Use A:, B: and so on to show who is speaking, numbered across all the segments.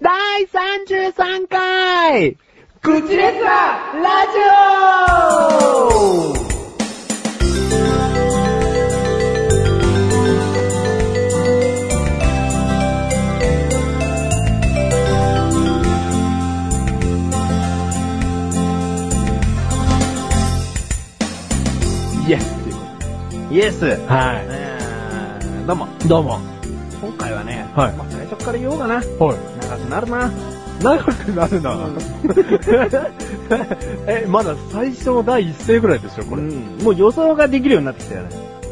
A: 第33回
B: 口レスラジオ
A: イエス
B: イエス。ね
A: は
B: えどうも。
A: い。どうも。
B: 今回はね、
A: はい
B: まあ最初から言おうかな。
A: はい。
B: 長くなるな。
A: 長くなるな。え、まだ最初の第一声ぐらいでしょ、これ。
B: うんもう予想ができるようになってきたよね。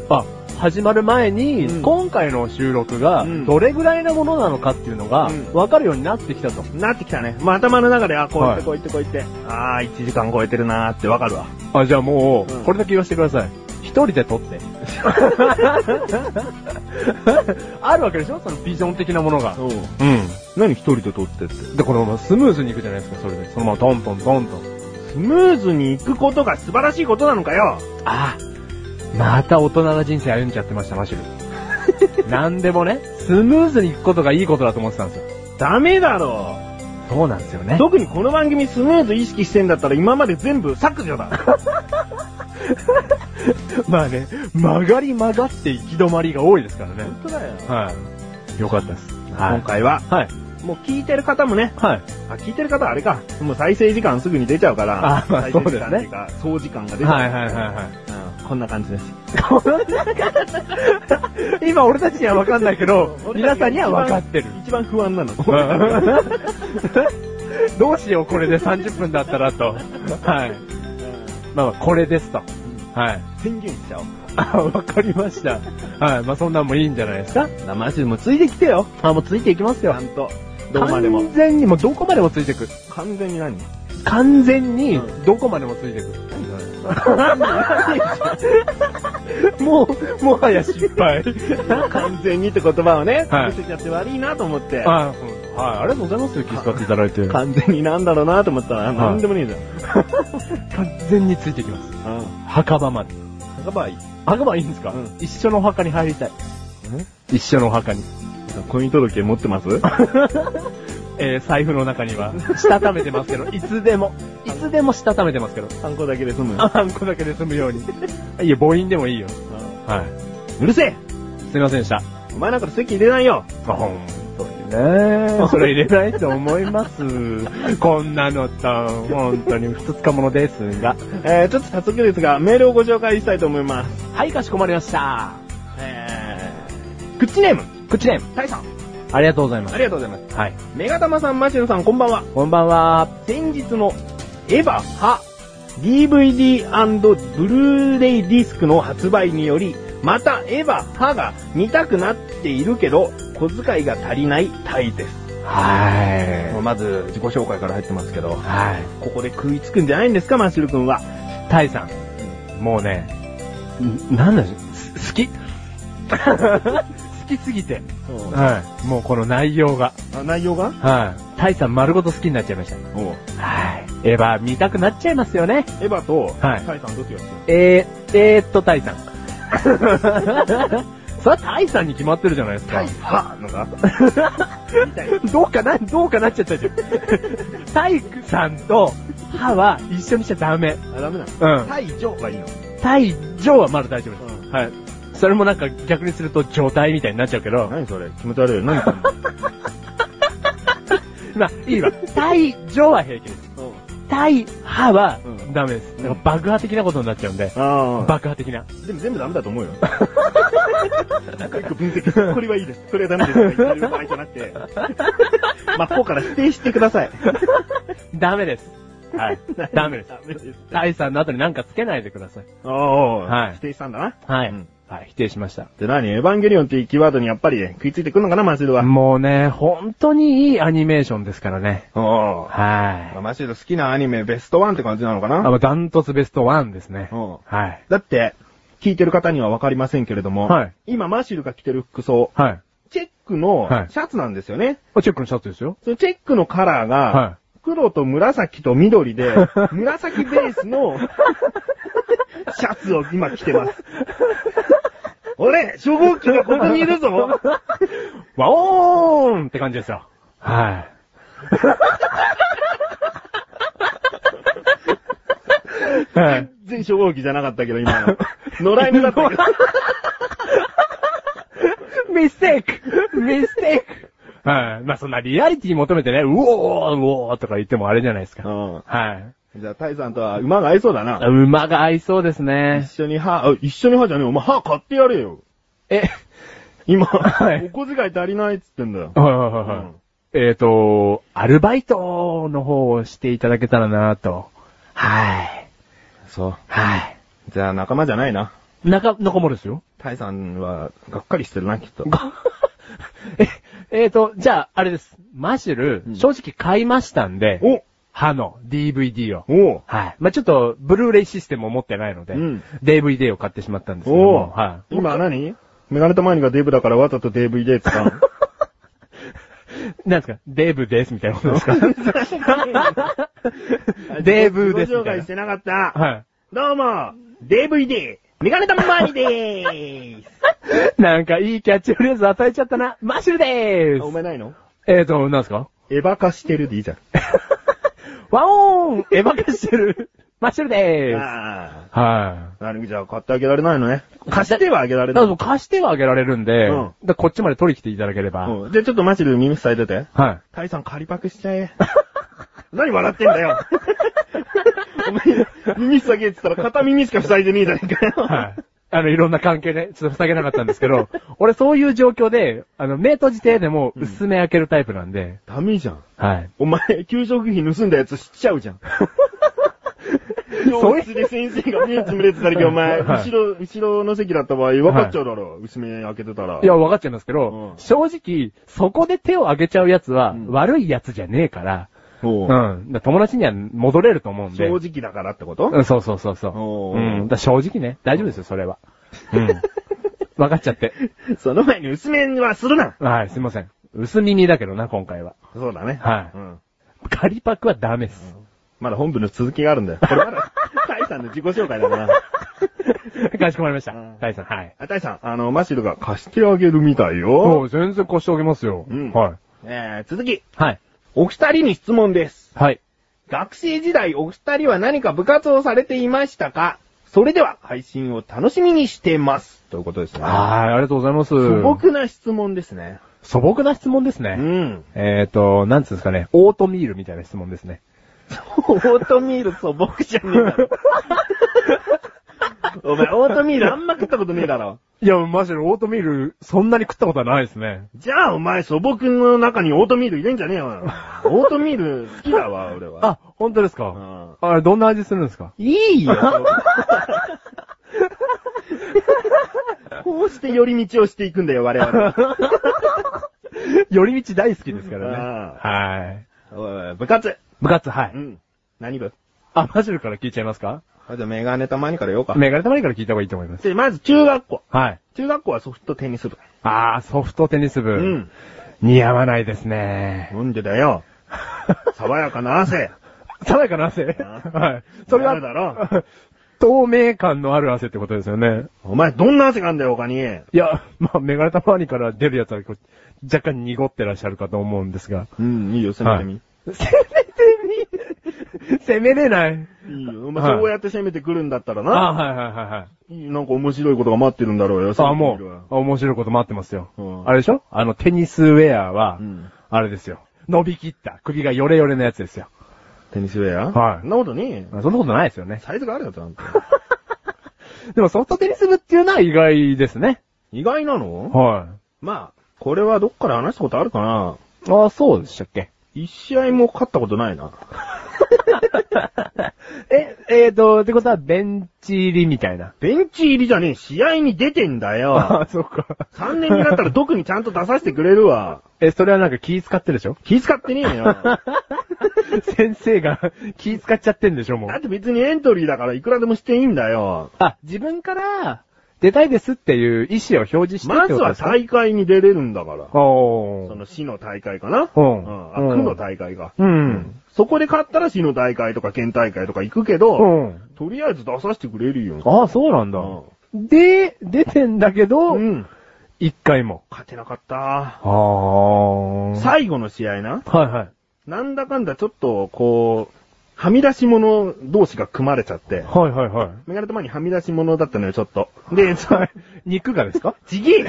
A: あ、始まる前に、
B: うん
A: 今回の収録が
B: うん
A: どれぐらいのものなのかっていうのが
B: うん
A: 分かるようになってきたと。
B: なってきたね。まあ頭の中で、あ、こうやっ
A: は
B: て
A: い
B: こうやってこうやって。ああ、1時間超えてるなーってわかるわ。
A: あ、じゃあもう、
B: うん
A: これだけ言わせてください。一人で撮って。 あるわけでしょそのビジョン的なものが。
B: う。
A: うん。
B: 何一人で撮ってって。
A: で、このままスムーズにいくじゃないですか、それで。そのままトントントントン。
B: スムーズに行くことが素晴らしいことなのかよ。
A: ああ、また大人な人生歩んじゃってました、マシュ ル。なんでもね、スムーズにいくことがいいことだと思ってたんですよ。
B: ダメだろ。
A: そうなんですよね。
B: 特にこの番組スムーズ意識してんだったら今まで全部削除だ。
A: まあね、曲がり曲がって行き止まりが多いですからね。
B: 当だよ。
A: はい。よかったです。
B: 今。回は、
A: はい。
B: もう聞いてる方もね、
A: はい。
B: あ、聞いてる方はあれか。もう再生時間すぐに出ちゃうから。
A: あまあ
B: 再生
A: そ
B: 時間
A: うですね
B: っていか総時間が出ちゃう。
A: はいはいはいはい。
B: うんこんな感じです。、
A: 今俺たちには分かんないけ ど
B: 俺
A: 皆
B: たち
A: さ
B: が
A: んには分かってる。
B: 一番不安なの。
A: どうしよう、これで30分だったらと。はい。まあまあ、これですと。はい。
B: 宣言しちゃおう。
A: あ、わかりました。はい。まあ、そんなんもいいんじゃないですか。
B: マジでもうついてきてよ。
A: あ、もうついていきます
B: ちゃ
A: よ。
B: んと。どこまでも
A: 完。全に、もうどこまでもついてく。
B: 完全に何
A: 完全に
B: う、
A: どこまでもつい てく。もう、もはや失敗。
B: 完全にって言葉をね、
A: はい
B: 見せちゃって悪いなと思って。
A: あ、うんはい。ありがとうございますよ。気遣っていただいて。
B: 完全になんだろうなと思ったら、なんでもねえじゃん。
A: 完全についてきます。
B: うん。
A: 墓場まで。
B: 墓場いい。
A: 墓場いいんですか
B: うん
A: 一緒のお墓に入りたい。一緒のお墓に。
B: 婚姻届持ってます
A: えー財布の中には、したためてますけ ど、いつでも、いつでもしたためてますけど、
B: 参考だけで済む。
A: あんこだけで済むように。いや、母音でもいいよ。は
B: うるせえ
A: い。すいませんでした。
B: お前なんか席入れないよ
A: あ、ほんとにね。それ入れないと思います。こんなのと、本当にふつつかものですが。
B: えー、ちょっと早速ですが、メールをご紹介したいと思います。
A: はい、かしこまりました。
B: えー、クッチネーム、
A: くちねん、
B: タイさん。
A: ありがとうございま
B: あ
A: す。
B: りがとうございます。
A: はい。
B: メガタマさん、マシュルさん、こんばんは。
A: こんばんは。
B: 先日のエヴァ派 DVD& ブルーレイディスクの発売により、またエヴァ派が見たくなっているけど、小遣いが足りないタイです。
A: は
B: まず、自己紹介から入ってますけど
A: い。、はい。
B: ここで食いつくんじゃないんですか、マッシュル君は。
A: タイさん、もうね、んなんだし、す 好き好きすぎて。はい。もうこの内容が。
B: あ内容が
A: はい。タイさん丸ごと好きになっちゃいました。はい。エヴァ見たくなっちゃいますよね。
B: エヴァと、
A: はい
B: タイさんどっちが好きなの
A: えー、えーっと、タ イさん。それはタイさんに決まってるじゃないですか。
B: 派のが みたいな。
A: どうかな、どうかなっちゃったじゃ ん。タイさんと、歯は一緒にしちゃダメ。
B: あ、ダメなの
A: うん。
B: タイ女はいいの。
A: タイ、ジョーはまだ大丈夫です。はい。それもなんか逆にすると状態みたいになっちゃうけど、
B: 何それ気持ち悪いよ。何それ
A: まあいいわ。タイ、ジョーは平気です。タイ、歯は
B: うん
A: ダメです。
B: うん
A: なんか爆破的なことになっちゃうんで、
B: ああ。
A: 爆破的な。
B: でも全部ダメだと 思うよ。一個分析。これはいいです。これはダメです。言ってる場合じゃなくて。真っ向から否定してください。
A: ダメです。はい。 ダメです。
B: ダメです。
A: タイさんの後になんかつけないでください。
B: おーおー
A: はい
B: 否定したんだな。
A: はい。
B: うん
A: はい、否定しました。
B: で、何エヴァンゲリオンっていうキーワードにやっぱりね食いついてくるのかな、マシルは。
A: もうね、本当にいいアニメーションですからね。
B: おーまあ
A: はい。
B: マシル好きなアニメベストワンって感じなのか
A: あ
B: な
A: の、ダントツベスト1ですね。
B: うん
A: はい。
B: だって、聞いてる方にはわかりませんけれども、
A: はい
B: 今マシルが着てる服装、
A: はい。
B: チェックの
A: はい
B: シャツなんですよね。
A: あチェックのシャツですよ。
B: そのチェックのカラーが、
A: はい
B: 黒と紫と緑 で、紫ベースのシャツを今着てます。俺、初 号機がここにいるぞ
A: ワオーンって感じですよ。はい。はい。
B: 全然初号機じゃなかったけど、今の。野良犬だっ たけど。
A: ミステイクミステイクはい。まあ、そんなリアリティ求めてね、うおー、うおーとか言ってもあれじゃないですか。
B: う
A: はい。
B: ん。じゃあ、タイさんとは馬が合いそうだな。
A: 馬が合いそうですね。
B: 一緒に歯、あ一緒に歯じゃねえよ。お前歯買ってやれよ。
A: え、
B: 今、
A: はい
B: お小遣い足りないっつってんだよ。
A: はいはいはいはい。えっ、と、アルバイトの方をしていただけたらなと。はい。
B: そう。
A: はい。
B: じゃあ仲間じゃないな。
A: 中、中もですよ。
B: タイさんは、がっかりしてるな、きっと。
A: え、えっ、と、じゃあ、あれです。マシュル、
B: うん
A: 正直買いましたんで、
B: お
A: 歯の DVD を。
B: お
A: はい。まあ、ちょっと、ブルーレイシステムを持ってないので、
B: うん
A: DVD を買ってしまったんですけど
B: お
A: も、はい。
B: 今何メガネとマニがデブだからわざとデブ入れてたの。
A: なんですかデーブですみたいなことですか デーブですみ
B: ご紹
A: たい
B: 介
A: な
B: してなかった。
A: は
B: どうも、DVD、メガネとマニでーす。
A: い。なんかいいキャッチフレーズ与えちゃったな。マッシュルで
B: あお
A: ーす
B: 前ないの
A: えーと、なんですか
B: エヴァ化してるでいいじゃん。
A: ワオーンエヴァ化してるマッシュルでーす
B: あ
A: は
B: あ。なるじゃあ買ってあげられないのね。貸してはあげら
A: い。
B: れ
A: だ
B: な
A: か
B: い。
A: らもう貸してはあげられるんで、
B: うん
A: だからこっちまで取り来ていただければ。
B: うん。じゃあちょっとマシル耳塞いでて。
A: はい。
B: タイさん仮パクしち ゃえ。何笑ってんだよ。お前、耳塞げって言ったら片耳しか塞いでねえじゃねえかよ。
A: はい。あの、いろんな関係で、ちょっと塞げなかったんですけど、 俺そういう状況で、あの、目閉じてでも薄め開けるタイプなんで、
B: ダメじゃん。
A: はい。
B: お前、給食費盗んだやつ知っちゃう じゃん。教室で先生が目つむれてた時、お前、
A: はい
B: 後ろ、後ろの席だった場合、分かっちゃうだろ。薄め開けてたら。
A: いや、分かっちゃいますけど、
B: うん
A: 正直、そこで手を挙げちゃうやつは、
B: うん
A: 悪いやつじゃねえから、
B: お
A: うん。
B: う、
A: だから友達には戻れると思うんで。
B: 正直だからってこと、
A: うん、そうそうそうそ
B: お
A: う。
B: ー
A: うん。だから正直ね、大丈夫ですよ、それは。うん。 分かっちゃって。
B: その前に薄めはするな。
A: はい、すいません。薄耳だけどな、今回は。
B: そうだね。
A: はい
B: うん。
A: 仮パクはダメです。
B: まだ本部の続きがあるんだよ。これ まだ、タイさんの自己紹介だから。
A: かしこまりました
B: うん。
A: 大さん、はい。
B: あ、タイさん、あの、マシルが貸してあげるみたいよ。
A: う、全然腰しておきますよ
B: うん
A: はい。
B: えー、続き。
A: はい。
B: お二人に質問です。
A: はい。
B: 学生時代お二人は何か部活をされていましたかそれでは配信を楽しみにしてます。ということですね。
A: はい、ありがとうございます。
B: 素朴な質問ですね。
A: 素朴な質問です
B: う
A: ね。
B: ん。
A: えっと、なんつうんですかね、オートミールみたいな質問ですね。
B: オートミール素朴じゃねえ だろ。お前、オートミールあんま食ったことねえだろ。
A: いや、マジでオートミール、そんなに食ったことはないですね。
B: じゃあ、お前、素朴の中にオートミール入れんじゃねえよ。オートミール好きだわ、俺は。
A: あ、本当です
B: う
A: か、
B: ん
A: あれ、どんな味するんですか
B: い いよ。こうして寄り道をしていくんだよ、我々は。
A: 寄り道大好きですからね。
B: あ
A: はい。
B: おいおい部活。
A: 部活、はい。
B: ん。何部
A: あ、マジルから聞いちゃいますか
B: あ、じゃあメガネたまにからようか。
A: メガネたまりから聞いた方がいいと思います。
B: で、まず中学校。
A: はい。
B: 中学校はソフトテニス部。
A: あー、ソフトテニス部。。。似合わないですね。
B: なんでだよ。爽やかな汗。
A: 爽やかな汗はい。それ
B: なるだ
A: は
B: ろ、
A: 透明感のある汗ってことですよね。
B: お前、どんな汗があんだよ、他に。
A: いや、まあ、メガネたまりから出るやつはこう若干濁ってらっしゃるかと思うんですが。
B: うん、いいよ、攻めてみ。
A: 攻めてみ 攻めれない。
B: い、いよ。お前、
A: はい
B: そうやって攻めてくるんだったらな。
A: あはいはいはいはい。
B: いいなんか面白いことが待ってるんだろうよ、
A: あ、も
B: 攻めてみるわ
A: う、面白いこと待ってますよ。
B: うん
A: あれでしょあの、テニスウェアは、
B: うん
A: あれですよ。伸びきった。首がヨレヨレのやつですよ。
B: テニスウェア
A: はい
B: そんなことねえ
A: そ
B: よ
A: んなことないですよね。
B: サイズがあるやつなんて。
A: でもソフトテニス部っていうのは意外ですね。
B: 意外なの
A: は。
B: まあ、これはどっから話したことあるかない
A: ああ、そうでしたっけ
B: 一試合も勝ったことないな。
A: え、えーと、ってことはベンチ入りみたいな。
B: ベンチ入りじゃねえ、試合に出てんだよ。
A: あ、そうか。
B: 3年になったら特にちゃんと出させてくれるわ。
A: え、それはなんか気使ってるでし ょ
B: 気遣ってねえよ。だ
A: 先生が 気使っちゃってんでしょ、もう。
B: って別にエントリーだからいくらでもしていいんだよ。
A: あ、自分から出たいですっていう意思を表示して
B: まずは
A: 最
B: 大会に出れるんだから。
A: お
B: その市の大会かな
A: うん
B: あ、区の大会か。
A: うん。
B: そこで勝ったら市の大会とか県大会とか行くけど、
A: うん。
B: とりあえず出させてくれるよ。
A: ああ、そうなんだ。で、出てんだけど、
B: うん。
A: 一回も。
B: 勝てなかった。
A: ああ。
B: 最後の試合な。
A: はいはい。
B: なんだかんだちょっと、こう、はみ出し者同士が組まれちゃって、
A: はいはいはい。
B: メガネとマにはみ出し者だったのよ、ちょっと。で、ちょ、
A: 肉がですか
B: ちげえよ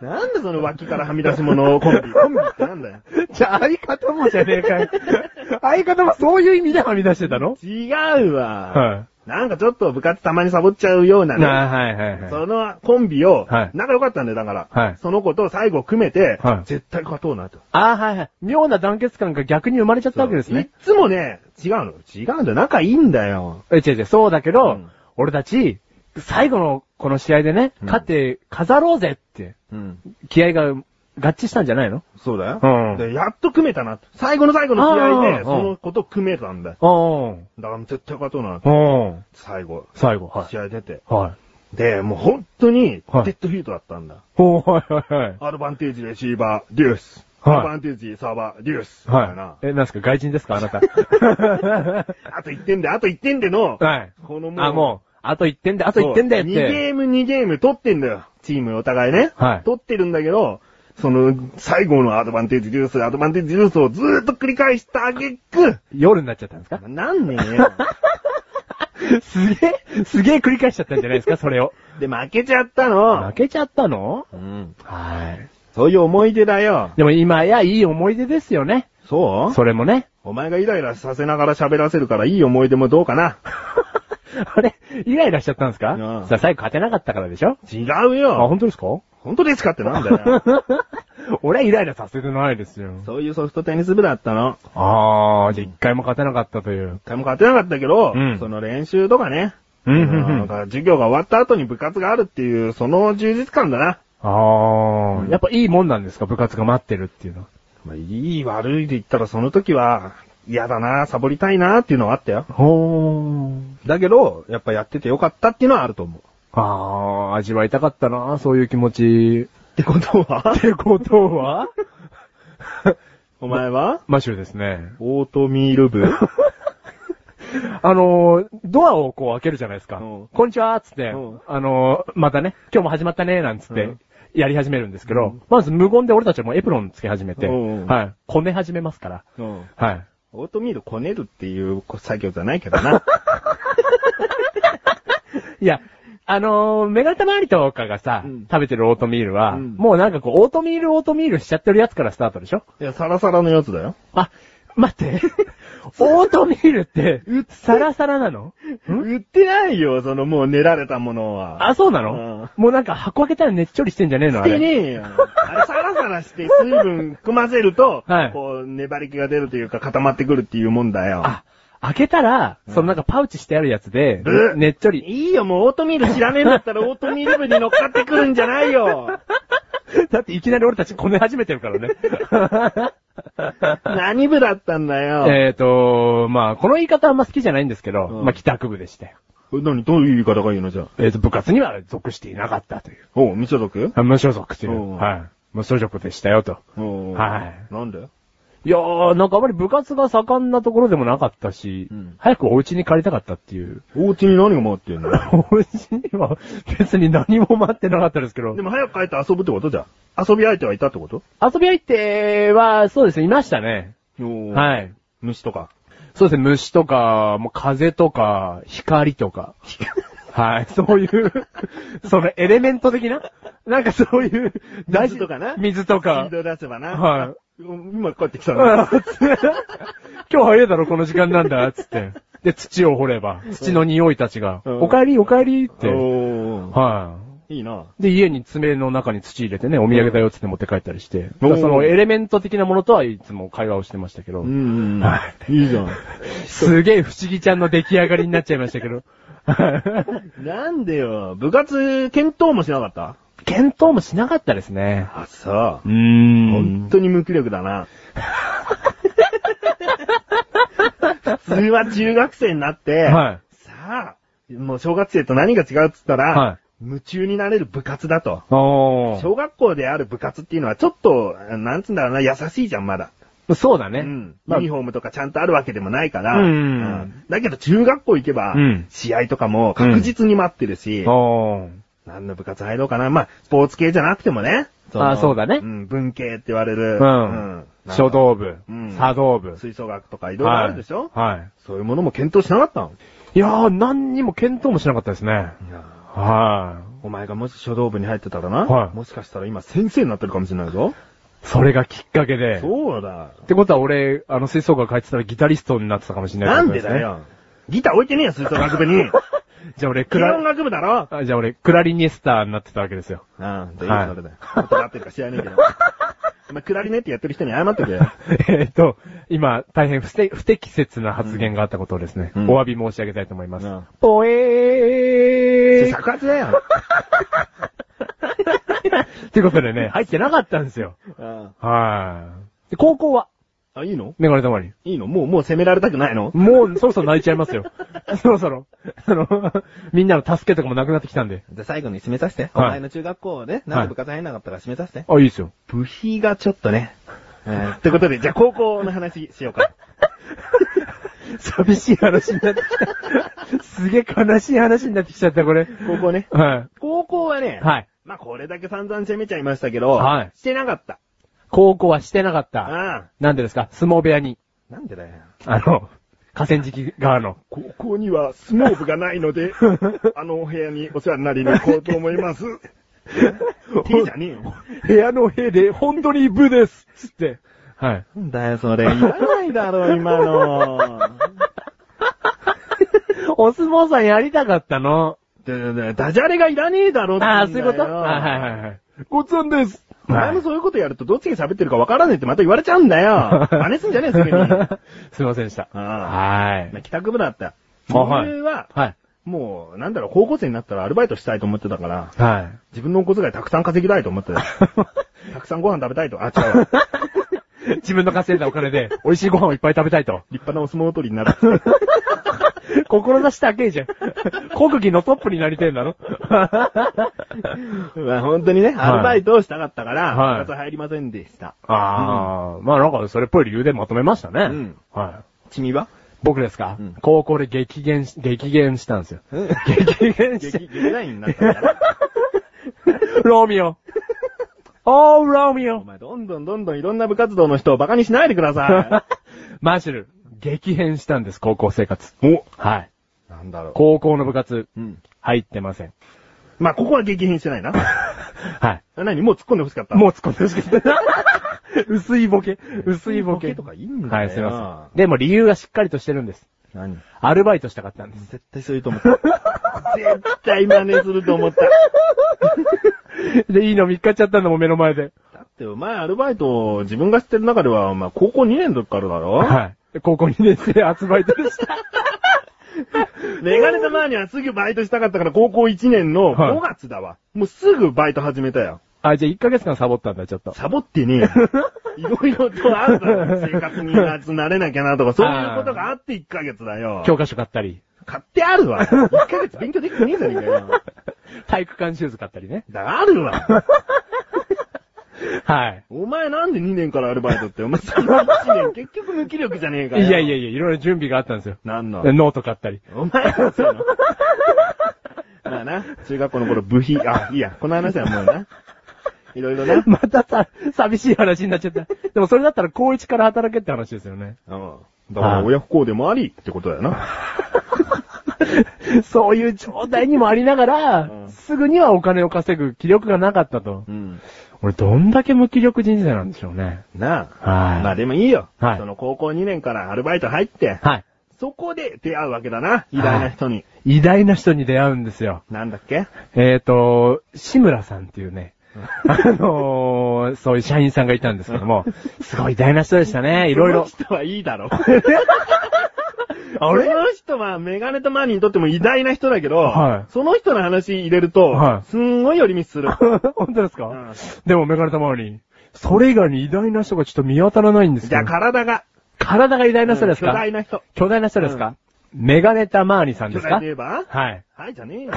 B: なんでその脇からはみ出し者コンビ。コンビってなんだよ。
A: じゃあ相方もじゃねえかい。 相方もそういう意味ではみ出してた の
B: 違うわ。
A: は
B: なんかちょっと部活たまにサボっちゃうような
A: あ
B: ね。
A: はいはいはい。
B: そのコンビを
A: はい、
B: 仲良かったんだよ、だから。
A: はい
B: その子と最後組めて、
A: はい
B: 絶対勝とうなと。
A: ああ、はいはい。妙な団結感が逆に生まれちゃったわけですね。
B: そういっつもね、違うの。違うんだよ。仲いいんだよ。
A: え、違う違う、そうだけど、
B: うん
A: 俺たち、最後のこの試合でね、
B: うん
A: 勝って飾ろうぜって、
B: うん。
A: 気合が合致したんじゃないの
B: そうだよ。
A: うん
B: でやっと組めたなと。最後の最後の試合
A: あー
B: で、その子と組めたんだよ。
A: うん。
B: だから絶対勝とうなと。
A: うん。
B: 最後、
A: 最後、はい。
B: 試合出て。
A: はい。
B: で、もう本当に、デ
A: はい
B: ッドヒートだったんだ。
A: おーはいはいはい。
B: アドバンテージレシーバー、デュース。
A: はい
B: アドバンテージサーバー、デュース。みたいな
A: はい。え、なんすか外人ですかあな た。は
B: あと1点で、あと1点での、
A: い。
B: このもう、
A: あ、もう、あと1点で、あと1点でっ
B: 2ゲ
A: て。
B: ーム2ゲーム取ってんだよ。チームお互いね。
A: はい
B: 取ってるんだけど、その、最後のアドバンテージデュース、アドバンテージデュースをずーっと繰り返したあげく、
A: 夜になっちゃったん ですか
B: なんねえ よ。
A: すげえ、すげえ繰り返しちゃったんじゃないですかそれを。
B: で、負けちゃった
A: 負
B: の。
A: けちゃったの
B: うん。
A: はい。
B: そういう思い出だよ。
A: でも今やいい思い出ですよね。
B: そう
A: それも ね。
B: お前がイライラさせながら喋らせるからいい思い出もどうかな。
A: あれイライラしちゃったんですか
B: うん
A: さあ最後勝てなかったからでしょ
B: 違うよ。
A: 当ですか
B: 本当ですかってなんだ よ。
A: 俺はイライラさせてないですよ。
B: そういうソフトテニス部だったの。
A: あー、じゃあ一回も勝てなかったという。
B: 一回も勝てなかったけど、
A: うん
B: その練習とかね。
A: うんうんうん
B: あの授業が終わった後に部活があるっていう、その充実感だな。
A: あー、やっぱいいもんなんですか部活が待ってるっていうのは。
B: まあ、いい悪いで言ったらその時は、嫌だな、サボりたいなっていうのはあったよ。
A: ほー。
B: だけど、やっぱやっててよかったっていうのはあると思う。
A: あー、味わいたかったな、そういう気持ち。
B: ってことは
A: ってこと は
B: お前は
A: マシューですね。
B: オートミール部
A: あのー、ドアをこう開けるじゃないですか。
B: うん
A: こんにちはーっつって
B: うん、
A: あのー、またね、今日も始まったねーなんつっ
B: う
A: て
B: ん、
A: やり始めるんですけど、
B: うん
A: まず無言で俺たちはもうエプロンつけ始めて、
B: うん
A: はい。こね始めますから。
B: うん。
A: はい。
B: オートミールこねるっていう作業じゃないけどな。
A: いや、あのー、メガネタ周りとかがさ、
B: うん
A: 食べてるオートミールは、
B: うん
A: もうなんかこう、オートミールオートミールしちゃってるやつからスタートでしょ
B: いや、サラサラのやつだよ。
A: あ、待 って。オートミールって、サラサラなの
B: 売ってないよ、そのもう練られたものは。
A: あ、そうなの、もうなんか箱開けたらねっちょりしてんじゃねえの
B: し
A: あれ
B: てねえよ。あれサラサラして水分含ませると、
A: はい
B: こう粘り気が出るというか固まってくるっていうもんだよ。
A: あ、開けたら、そのなんかパウチしてあるやつで、
B: うん
A: ねっちょり。
B: いいよ、もうオートミール知らねえんだったらオートミール部に乗っかってくるんじゃないよ。
A: だっていきなり俺たちこね始めてるからね。
B: 何部だったんだよ。
A: えっと、まあ、この言い方あんま好きじゃないんですけど、
B: うん
A: まあ、帰宅部でしたよ。
B: 何、どういう言い方がいいのじゃあ。
A: えっ、と、部活には属していなかったという。
B: おう、未所属
A: あ無所属とい
B: おう
A: う。はい。無所属でしたよと。
B: おう
A: はい。
B: なんで
A: いやー、なんかあまり部活が盛んなところでもなかったし、
B: うん
A: 早くお家に帰りたかったっていう。
B: お家に何が回ってんの
A: お家には別に何も待ってなかったですけど
B: で。も早く帰って遊ぶってことじゃん。遊び相手はいたってこと
A: 遊び相手は、そうですね、いましたね。
B: はい。
A: はい。
B: 虫とか。
A: そうですね、虫とか、もう風とか、光とか。はい、そういう、そのエレメント的ななんかそういう、大事
B: 水とかな
A: 水とか
B: スピ。ード出せばな。
A: はい。
B: 今帰ってきた
A: あ
B: の。
A: ーつって 今日早いだろ、この時間なんだ、つって。で、土を掘れば、土の匂いたちが、
B: うん
A: お帰り、お帰りって。
B: おー
A: はい
B: いな。
A: い。で、家に爪の中に土入れてね、お土産だよっつって持って帰ったりして、
B: うん
A: だからそのエレメント的なものとはいつも会話をしてましたけど、
B: ん。
A: はい
B: いいじゃん。
A: すげえ不思議ちゃんの出来上がりになっちゃいましたけど。
B: なんでよ。部活、検討もしなかった
A: 検討もしなかったですね。
B: あ、そう
A: ー
B: う。
A: ん
B: 本当に無気力だ な。普通は中学生になって、
A: は
B: さあ、もう小学生と何が違うっつったら、
A: は
B: 夢中になれる部活だと。
A: い。お
B: 小学校である部活っていうのはちょっと、なんつうんだろうな、優しいじゃん、まだ。
A: ー。そうだね。
B: うん。
A: ま
B: ユ
A: あ
B: ニフォームとかちゃんとあるわけでもないから。
A: うん
B: だけど中学校行けば
A: うん、
B: 試合とかも確実に待ってるし、
A: おー
B: 何の部活入ろうかな。まあ、スポーツ系じゃなくてもね。の
A: あそうだね
B: うん、文系って言われ
A: う
B: る。
A: ん。書
B: なん
A: 道部、
B: うん
A: 茶道部。
B: か吹奏楽とかいろいろあるでしょ、
A: はい。は
B: そういうものも検討しなかったの
A: い、いやー、何にも検討もしなかったですね。は
B: お前がもし書道部に入ってたらな、
A: はい
B: もしかしたら今先生になってるかもしれないぞ。
A: い。それがきっかけで。
B: そうだ。
A: ってことは俺、あの、吹奏楽入ってたらギタリストになってたかもしれない、
B: なんでだ。よ。ギター置いてねえよ、吹奏楽 部に。
A: じゃあ俺、ク
B: 基
A: ラ、
B: 本学部だろ
A: あじゃあ俺、クラリニスターになってたわけですよ。
B: ああ、
A: じ
B: じ
A: ゃあ
B: ゃ
A: いいよ
B: そ
A: それ
B: れ
A: で
B: だよ。合ってるか知らねえけど。お前、クラリネってやってる人に謝っとけよ。
A: えーっと、今、大変不適不適切な発言があったことをですね、
B: うん
A: お詫び申し上げたいと思います。
B: うん
A: ぽえー
B: 作発だよ。
A: ってことでね、 入ってなかったんですよ。
B: あ
A: はい。で、高校は、
B: あ、いいの
A: メガネたまり。
B: いいのもう、もう責められたくないの
A: もう、そろそろ泣いちゃいますよ。 そろそろ。あの、 みんなの助けとかもなくなってきたんで。
B: じゃ、最後に締めさせて。
A: はい
B: お前の中学校をね、なんで部活入んなかったから締めさせて。
A: あ、いいですよ。
B: 部費がちょっとね。えーってことで、じゃあ高校の話しようか。
A: 寂しい話になってき た。すげえ悲しい話になってきちゃった、これ。
B: 高校ね。
A: は
B: 高校はね、
A: い。はい。
B: まあこれだけ散々攻めちゃいましたけど、
A: はい
B: してなかった。
A: 高校はしてなかった。
B: ああ。
A: なんでですか相撲部屋に、
B: なんでだよ。
A: あの、河川敷側の。
B: 高校には相撲部がない ので、あのお部屋にお世話になりに行こうと思います。手じゃねえよ。
A: 部屋の部で、本当に部ですつって。はい。
B: なんだよ、それ。言わないだろ、今の。
A: お相撲さんやりたかったの。
B: ででダジャレがいらねえだろって言
A: ああ、
B: ん
A: そう
B: だ
A: いうこ
B: よ
A: とはいはいはいはい。ごつんです。
B: お前もそういうことやるとどっちが喋ってるかわからねえってまた言われちゃうんだよ。真似すんじゃねえ、すぐに。ま
A: すいませんでした。
B: あ
A: は
B: あ
A: い。
B: 帰宅部だった。
A: あはい
B: 俺は、
A: はい。
B: もう、なんだろう、高校生になったらアルバイトしたいと思ってたから、
A: はい。
B: 自分のお小遣いたくさん稼ぎたいと 思ってた。たくさんご飯食べたいと。あ、違うわ。
A: 自分の稼いだお金 で、美味しいご飯をいっぱい食べたいと。
B: 立派なお相撲取りになる。
A: 志高いじゃん。国技のトップになりてんだろ
B: まあ本当にね、アルバイトをしたかったから、
A: はい
B: 部活入りませんでした。
A: ああ、まあなんかそれっぽい理由でまとめましたね。
B: うん
A: はい。
B: 君は
A: 僕ですか、
B: うん
A: 高校で激減し、激減したんですよ。
B: うん
A: 激減し
B: 激、
A: て、
B: 激ラインになったから。
A: ロミオ。おー、ロミ
B: お
A: オ。
B: 前どんどんどんどんいろんな部活動の人をバカにしないでくださ
A: マッシュル、激変したんです、高校生活。
B: い。 お
A: はい。
B: なんだろ
A: 高校の部活、
B: う。うん。
A: 入ってません。
B: まあここは激変してないな。
A: はい。
B: 何もう突っ込んで欲しかった。
A: もう突っ込んでほしくない。 薄いボケ。薄いボケ。
B: とかいいんだよ。
A: はい、すいません。でも理由がしっかりとしてるんです。
B: せん。何
A: アルバイトしたかったんです。
B: 絶対そういうと思った。絶対真似すると思った。
A: で、いいの見っかっちゃったんだもん、目の前で。
B: だってお前アルバイト、自分が知ってる中では、まあ高校2年の時からだろ
A: はい。で高校2年生、アルバイトでした。
B: メガネたまにはすぐバイトしたかったから高校1年の
A: はい
B: 5月だわ。もうすぐバイト始めたよ。
A: あ、じゃあ1ヶ月間サボったんだ、ちょっと。
B: サボってねえよ。 いろいろとあるだろ。生活に慣れなきゃなとか、そういうことがあって1ヶ月だよ。
A: 教科書買ったり、
B: 買ってあるわ。1ヶ月勉強できてねえじゃねえかよ。
A: 体育館シューズ買ったりね。
B: だからあるわ。
A: はい。
B: お前なんで2年からアルバイトって。お前その1年 結局無気力じゃねえ
A: い
B: かよ。
A: やいやいや、いろいろ準備があったんですよ。
B: なんの
A: でノート買ったり。
B: お前がそういうの。まあな、中学校の頃部費、あ、いいや、この話はもうな。いろいろな。
A: またさ、寂しい話になっちゃった。でもそれだったら高1から働けって話ですよ ね。
B: うん。だから親不孝でもありってことだよな。
A: そういう状態にもありながら、
B: うん
A: すぐにはお金を稼ぐ気力がなかったと。
B: うん。
A: 俺どんだけ無気力人生なんでしょうね。
B: なあ。
A: はい。
B: まあでもいいよ。
A: はい
B: その高校2年からアルバイト入って、
A: はい。
B: そこで出会うわけだな。偉大な人に。
A: 偉大な人に出会うんですよ。
B: なんだっけ
A: えっ、と、志村さんっていうね、あのーそういう社員さんがいたんですけども、すごい偉大な人でしたね、いろいろ
B: こ。の人はいいだろ。
A: あ
B: この人はメガネとマーニーにとっても偉大な人だけど、
A: はい
B: その人の話入れると、
A: はい
B: すんごい寄り道する。
A: 本当ですか、
B: うん
A: でも、メガネたまわり、それ以外に偉大な人がちょっと見当たらないんですけ
B: じゃあ
A: ど。
B: 体が、
A: 体が偉大な人ですか、
B: 巨大な人。
A: 巨大な人ですか、メガネたまわりさんで
B: 巨
A: すか
B: 大で言 えば
A: はい。
B: はい、じゃ ねえよ。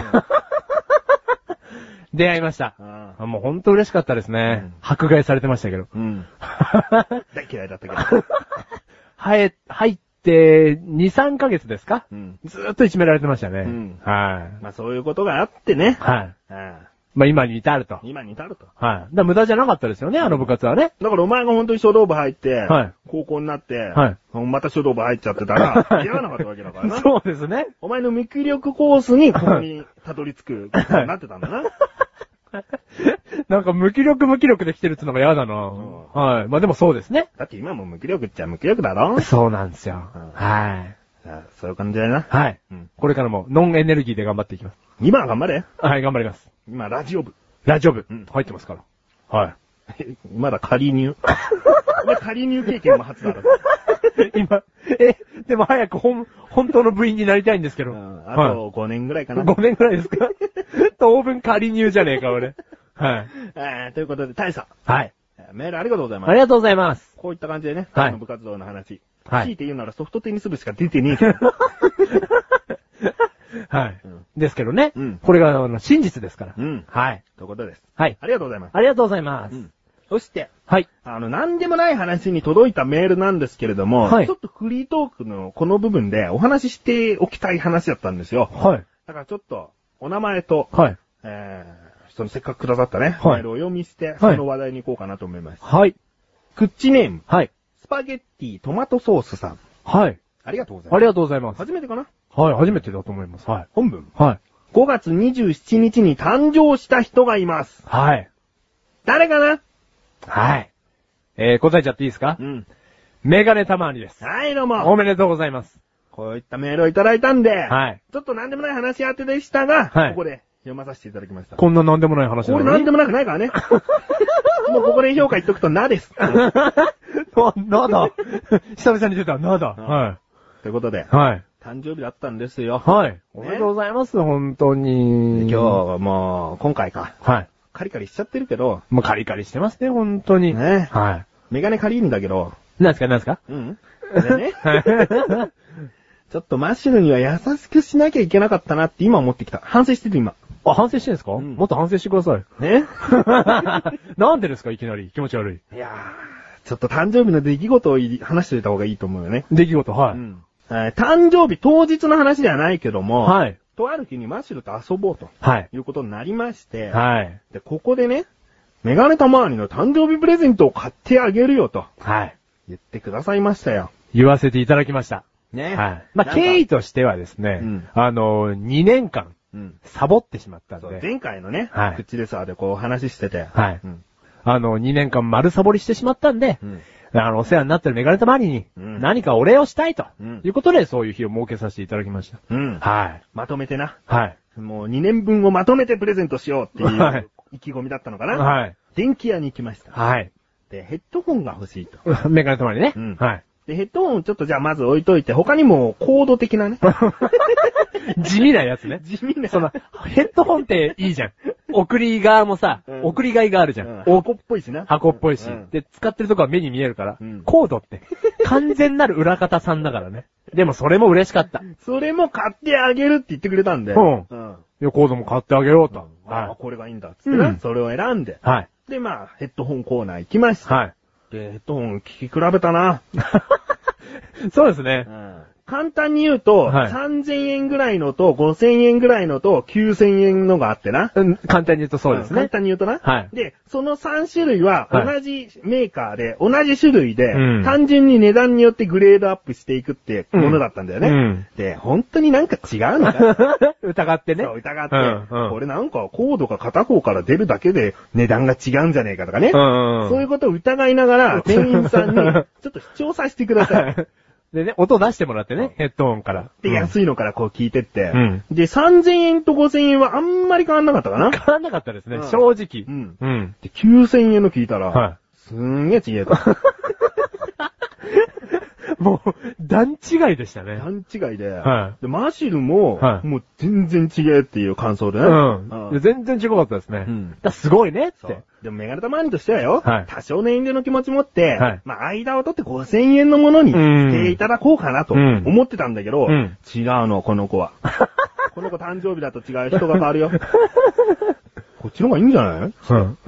A: 出会いました。
B: うん
A: あもう本当嬉しかったですね、
B: うん
A: 迫 害されてましたけど。
B: うん。大嫌いだったけど。
A: はえ、入って、2、3ヶ月ですか
B: うん。
A: ずーっといじめられてましたね。
B: ん
A: はい。
B: まあそういうことがあってね。
A: はい。
B: うん
A: まあ今に至ると。はい。
B: 今に至る
A: だ
B: と。
A: から無駄じゃなかったですよね、あの部活はね。
B: だからお前が本当に書道部入って、
A: はい
B: 高校になって、
A: はい
B: また書道部入っちゃってたら、嫌がなかったわけだからな。
A: そうですね。
B: お前の無気力コースにここにたど り着くことになってたんだな。
A: なんか無気力無気力で来てるってのが嫌だな、
B: ん
A: はい。まあでもそうですね。
B: だって今も無気力っちゃ無気力だろ
A: そうなんですよ
B: うん
A: はい。
B: あそういう感じだよな。
A: はい。
B: うん
A: これからもノンエネルギーで頑張っていきます。
B: 今は頑張れ。
A: はい、頑張ります。
B: 今ラジオ部。
A: ラジオ部
B: うん、
A: 入ってますから。はい。
B: まだ仮入。お前仮入経験も初だろ。
A: 今、え、でも早く本、本当の部員になりたいんですけ
B: う
A: ど。
B: んあ
A: はい
B: と5年ぐらいかな。
A: 5年くらいですか 当分仮入じゃねえか、俺。はい。
B: えーということで、大佐、
A: はい。
B: えーメールありがとうございます。
A: ありがとうございます。
B: こういった感じでね、
A: はい
B: あの部活動の話。
A: はい
B: 聞いて言うならソフトテニス部しか出てねえけど。
A: はい
B: うん。
A: ですけどね
B: うん。
A: これが、あの、真実ですから
B: うん。
A: はい。
B: ということです。
A: はい。
B: ありがとうございます。
A: ありがとうございま
B: う
A: す。
B: ん。そして、
A: はい。
B: あの、なんでもない話に届いたメールなんですけれども、
A: はい
B: ちょっとフリートークのこの部分でお話ししておきたい話だったんですよ。
A: はい。
B: だからちょっと、お名前と、
A: はい。
B: えー、そのせっかくくださったね、
A: はい
B: メールをお読みして、
A: い
B: その話題に行こうかなと思います。
A: はい。
B: クッチネーム、
A: はい。
B: スパゲッティトマトソースさん。
A: はい。
B: ありがとうござい
A: あ
B: ます。
A: りがとうございます。
B: 初めてかな
A: はい。初めてだと思います。はい。
B: 本文。
A: はい。
B: 5月27日に誕生した人がいます。
A: はい。
B: 誰かな
A: はい。えー、答えちゃっていいですか
B: うん。
A: メガネたまわりです。
B: はい、どう
A: お
B: も。
A: めでとうございます。
B: こういったメールをいただいたんで、
A: はい。
B: ちょっと何でもない話し合ってでしたが、
A: はい
B: ここで読まさせていただきました。こ
A: こんななんでもない話なの
B: れ
A: に
B: 何でもなくないから ね。もうここで評価言っとくとなです。
A: な、なだ。久々に出た、なだ。は
B: ということで
A: い。、はい。
B: 誕生日だったんですよ。
A: はい。おめでとうございます、本当に。
B: 今日、。もう、今回か。
A: はい。
B: カリカリしちゃってるけど、
A: もうカリカリしてますね、本当に。
B: ね
A: は
B: メガネカリーんだけど、
A: い。なんすか、なんす か
B: うん。で ね、ちょっとマッシュルには優しくしなきゃいけなかったなって今思ってきた。反省してる今。
A: あ、反省してんですか、
B: うん
A: もっと反省してください。
B: ね
A: なんでですか、いきなり。気持ち悪い。
B: いやー、ちょっと誕生日の出来事をい話しておいた方がいいと思うよね。
A: 出来事、はい。
B: うん。えー誕生日当日の話ではないけども、
A: はい。
B: とある日にマッシュルと遊ぼうと
A: はい。
B: いうことになりまして、
A: はい。
B: で、ここでね、メガネたまわりの誕生日プレゼントを買ってあげるよと
A: はい。
B: 言ってくださいましたよ。
A: 言わせていただきました。
B: ね
A: はい。まあ、経緯としてはですね、
B: うん
A: あの、2年間、
B: うん。
A: サボってしまったん
B: そう、
A: で、
B: 前回のね、
A: はい
B: 口でさ、でこうお話ししてて、
A: はい
B: うん。
A: あの、2年間丸サボりしてしまったんで、
B: うん。
A: あの、お世話になってるメガネたまりに、
B: うん
A: 何かお礼をしたいと、
B: うん
A: いうことで、そういう日を設けさせていただきました。
B: うん。
A: はい。
B: まとめてな。
A: はい。
B: もう2年分をまとめてプレゼントしようって
A: はいいう
B: 意気込みだったのかな。
A: はい。
B: 電気屋に行きました。
A: はい。
B: で、ヘッドホンが欲しいと。
A: メガネたまりね。
B: うん
A: はい。
B: で、ヘッドホンちょっとじゃあまず置いといて、他にもコード的 なね。
A: 地味なやつね。
B: 地味な。
A: その、ヘッドホンっていい じゃん。送り側もさ、
B: うん
A: 送りがいがあるじゃ
B: う
A: ん。
B: ん、
A: お
B: 箱っぽいしな。
A: 箱っぽいし、
B: うん
A: で、使ってるとこは目に見えるから、
B: うん
A: コードって、完全なる裏方さんだからね。でもそれも嬉しかった。
B: それも買ってあげるって言ってくれたんで。
A: うん
B: うん。
A: いやコードも買ってあげようと。
B: ああ、
A: は
B: これがいいんだっつってな、
A: うん
B: それを選んで。
A: い。はい。
B: で、まあ、ヘッドホンコーナー行きました。
A: はい。
B: で、ヘッドホン聞き比べたな。
A: そうですね。
B: 簡単に言うと、
A: はい
B: 3000円ぐらいのと5000円ぐらいのと9000円のがあってな。
A: うん、簡単に言うとそうです
B: ん簡
A: ね。
B: 単に言うとな。
A: はい
B: で、その3種類は
A: は
B: 同じメーカーで、同じ種類で、
A: うん
B: 単純に値段によってグレードアップしていくってものだったんだよね。
A: うん
B: で、本当になんか違 うのか
A: 疑ってね。
B: そう疑って、
A: うんうん
B: これなんかコードが片方から出るだけで値段が違うんじゃねえかとかね。
A: うん
B: そういうことを疑いながら、店員さんに、ちょっと主張させてく ださい。
A: でね、音出してもらってね、ヘッドホンから。
B: で、安いのからこう聞いてって。
A: うん
B: で、3000円と5000円はあんまり変わんなかったかな。
A: 変わんなかったですね
B: うん、
A: 正直
B: う。ん。
A: うん。
B: で、9000円の聞いたら、
A: は
B: すんげえ違えた。
A: い。もう、段違いでしたね。
B: 段違いで、
A: はい
B: で、マシルも、
A: はい
B: もう全然違えっていう感想でね。
A: うん。
B: う
A: で
B: ん
A: 全然違かったですね。
B: うん
A: だからすごいね、っ
B: そ
A: て
B: う。でもメガネタマンとしてはよ、
A: はい
B: 多少年齢の気持ち持って、
A: はい
B: まあ間を取って5000円のものに
A: うん
B: していただこうかなと
A: うん
B: 思ってたんだけど、
A: うん
B: 違うの、この子 は。この子誕生日だと違う人が変わるよ。こっちの方がいいんじゃない
A: うん。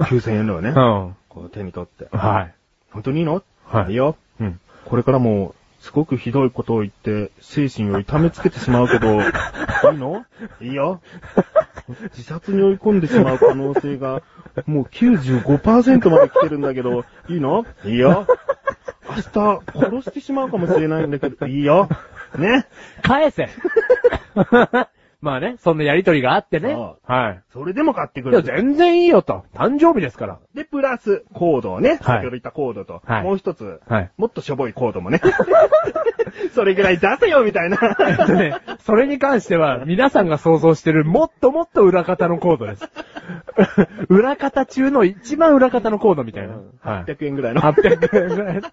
B: 9000円のはね
A: う。ん。
B: こう手に取って。
A: はい。
B: 本当にいいの
A: はい
B: いよ。
A: うん。
B: これからもすごくひどいことを言って、精神を痛めつけてしまうけど、いいのいいよ。自殺に追い込んでしまう可能性が、もう95%まで来てるんだけど、いいのいいよ。明日、殺してしまうかもしれないんだけど、いいよ。ね。
A: 返せ まあね、そんなやりとりがあってね。
B: あ
A: はい。
B: それでも買ってく
A: いや、
B: る。
A: 全然いいよと。誕生日ですから。
B: で、プラス、コードをね、先ほど言ったコードと、
A: はい
B: もう一つ、
A: はい
B: もっとしょぼいコードもね、 それぐらい出せよみたいな。
A: えっとね、それに関しては、皆さんが想像してる、もっともっと裏方のコードです。裏方中の一番裏方のコードみたいな。はい。
B: 800円ぐらいの。
A: 800円ぐらい。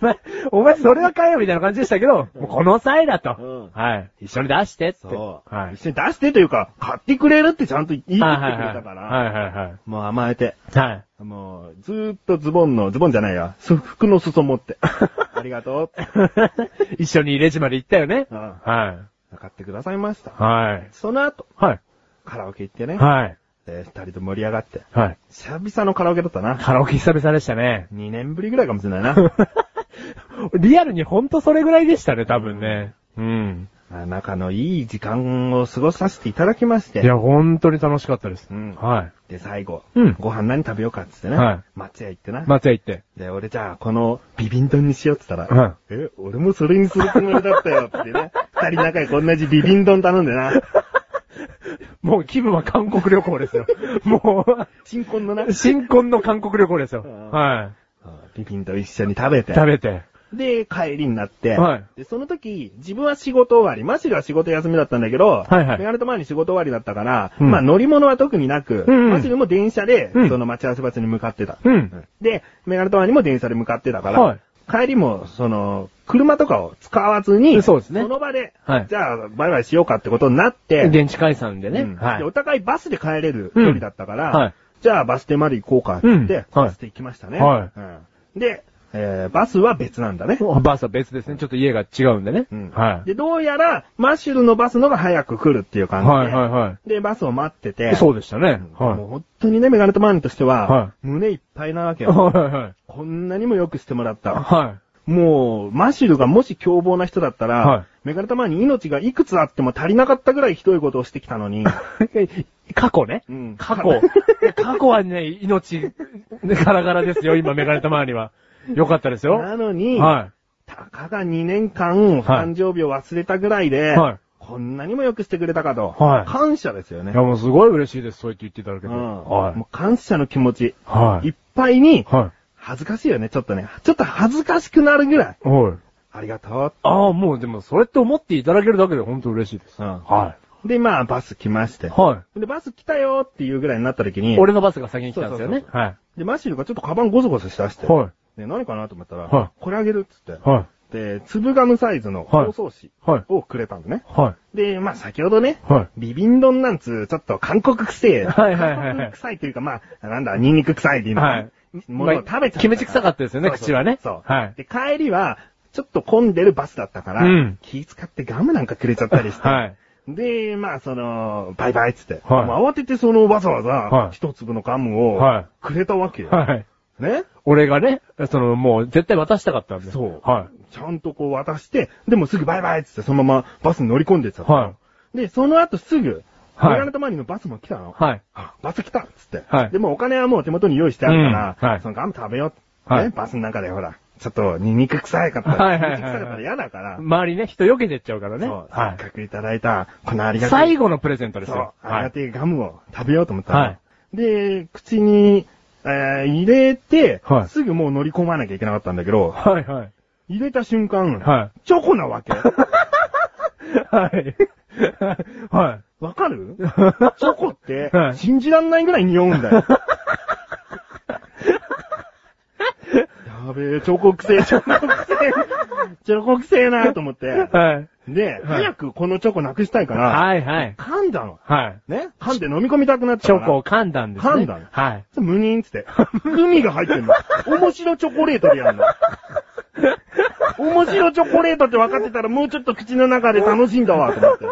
A: お前、お前それは買えよみたいな感じでしたけど、もうこの際だと。
B: うん
A: はい。一緒に出してって。
B: そう。
A: はい。
B: 一緒に出してというか、買ってくれるってちゃんと言い切ってくれ
A: はいはい
B: たから。
A: はいはいは
B: もう甘えて。
A: い。はい。
B: もう、ずーっとズボンの、ズボンじゃないや。す服の裾持 って。ありがとう。
A: 一緒にレジまで行ったよね。
B: うん
A: は
B: 買ってくださいました
A: い。。はい。
B: その後、
A: はい。
B: カラオケ行ってね。
A: はい。
B: で二人と盛り上がって。
A: はい。
B: 久々のカラオケだったな。
A: カラオケ久々でしたね。
B: 2年ぶりぐらいかもしれないな。
A: リアルにほんとそれぐらいでしたね、多分ね。うん。
B: まあ仲のいい時間を過ごさせていただきまし
A: い
B: て。
A: や、本当に楽しかったです。
B: うん
A: は
B: で、最後、
A: うん
B: ご飯何食べようかっつってね。
A: はい。。
B: 松屋行ってない
A: 松屋行って。
B: で、俺じゃあ、この、ビビン丼にしようって言ったら、
A: はい
B: え、俺もそれにするつもりだったよってね。二人仲良く同じビビン丼頼んで な。
A: もう気分は韓国旅行です よ。も
B: 新婚のな
A: う、。 新婚の韓国旅行ですよ。
B: うん
A: は
B: ビビンと一緒に食べ
A: い。
B: て。
A: 食べて。
B: で、帰りになって。
A: はい
B: で、その時、自分は仕事終わり。マシルは仕事休みだったんだけど、
A: はいはい
B: メガネと前に仕事終わりだったから、
A: うん
B: まあ乗り物は特になく、
A: うんうん
B: マシルも電車で、
A: うん
B: その待ち合わせ場所に向かってた。
A: うん。
B: で、メガネと前にも電車で向かってたから、
A: はい
B: 帰りも、その、車とかを使わずに、
A: そうですね
B: の場で、
A: はい
B: じゃあ、バイバイしようかってことになって、
A: 現地解散でね。
B: うん
A: は
B: で
A: い
B: お。互いバスで帰れる距離だったから、
A: うんはい
B: じゃあバス停まで行こうかって言って、
A: うんはい
B: バス停行きましたね。
A: はい
B: うんで、えーバスは別なんだね。
A: バースは別ですね。ちょっと家が違うんでね。
B: うん
A: は
B: で、どうやら、マッシュルのバスのが早く来るっていう
A: い。
B: 感じで。
A: はいはいは
B: で、バスを待ってて。
A: い。そうでしたね。
B: も う
A: は
B: 本当にね、メガネとマンとしては、
A: は
B: 胸いっぱいなわけ
A: い。
B: よ。
A: はいはいはい。
B: こんなにもよくしてもらった。
A: は
B: もう、マッシュルがもし凶暴な人だったら、
A: はい
B: メガネたまに命がいくつあっても足りなかったぐらいひどいことをしてきたの
A: い。
B: に、
A: 過去ね。
B: うん
A: 過去。過去はね、命、ガラガラですよ、今、メガネたまわりは。よかったですよ。
B: なのに、
A: は
B: たかが2年間、誕生日を忘れたぐらいで、
A: はい
B: こんなにもよくしてくれたかと、
A: はい
B: 感謝ですよ
A: い。
B: ね
A: いや、。もうすごい嬉しいです、そうやって言っていただけ
B: う
A: て。
B: ん
A: はい
B: も。う感謝の気持ち、
A: はい
B: い、っぱいに、
A: は
B: 恥ずかしいよね、ちょっとね。ちょっと恥ずかしくなるぐらい。
A: い。はい。
B: ありがと
A: ああ、もうでも、それって思っていただけるだけで本当嬉しいです。
B: うん
A: は
B: う。で、まあ、バス来まして。
A: い。は
B: で、バス来たよっていうぐらいになった時
A: い。
B: に、
A: 俺のバスが先に来たんですよね
B: そ。う
A: はい。
B: で、マッシュルがちょっとカバンゴソゴソしだして、
A: は
B: で、何かなと思ったら、
A: は
B: これあげるっつって、
A: い。はい。
B: で、粒ガムサイズの
A: はい
B: 包装紙
A: はい。
B: をくれたんだね。
A: はい。
B: で、まあ、先ほどね、
A: はい。
B: ビビン丼なんつう、ちょっと韓国臭い。
A: はいはいはいはい
B: 韓国臭いというか、まあ、なんだ、ニンニク臭いでいいのかな
A: はい
B: ものを食べちゃったら。
A: キムチ臭かったですよね
B: そうそう
A: 口はね
B: そう。
A: はい
B: で、帰りは、ちょっと混んでるバスだったから、
A: うん
B: 気使ってガムなんかくれちゃったりして。
A: はい。
B: で、まあ、その、バイバイっつって。
A: はい
B: もう慌ててその、わざわざ
A: は、い
B: 一粒のガム
A: は
B: を
A: い、
B: くれたわけよ。
A: はい。
B: ね
A: 俺がね、その、もう絶対渡したかったんで。
B: そう
A: は
B: ちゃんとこう渡して、でもすぐバイバイっつってそのままバスに乗り込んでっちゃっ
A: い。
B: た。
A: はい。
B: で、その後すぐ、
A: はい
B: メガネたまりのバスも来たの。
A: はい。
B: あバス来たっつって。
A: はい
B: で、もうお金はもう手元に用意してあるから、
A: うんはい
B: そのガム食べよう、
A: はい
B: ね。バスの中でほら、ちょっとニンニク臭いかった
A: は
B: ら、
A: いはいはいはい
B: ニンニク臭かったら嫌だから、
A: 周りね、人避けてっちゃうからね。
B: そう、
A: は
B: せっかくいただいた、このあり
A: い。
B: がたい、
A: 最後のプレゼントです
B: そう
A: よ。、
B: あり
A: は
B: が
A: い。
B: たいガムを食べようと思ったの
A: はい
B: で、口に、えー入れて、
A: はい
B: すぐもう乗り込まなきゃいけなかったんだけど、
A: はいはい。
B: 入れた瞬間、
A: は
B: チョコなわけ。
A: はい。は
B: わ かるチ
A: い。
B: ョコって
A: は、い
B: 信じらんないぐらい匂うんだよ。やべえ、チョコくせえ、チョコくせえ、チョコくせえなと思って。
A: はい。
B: で、早くこのチョコなくしたいから、
A: はいはい。
B: 噛んだの。
A: はい。
B: ね噛んで飲み込みたくなった
A: チ
B: から。
A: ョコを噛んだんですね。
B: 噛んだの
A: はい。
B: 無人っつって。海が入ってんの。面白チョコレートでやんの。面白チョコレートって分かってたらもうちょっと口の中で楽しんだわ、と思って。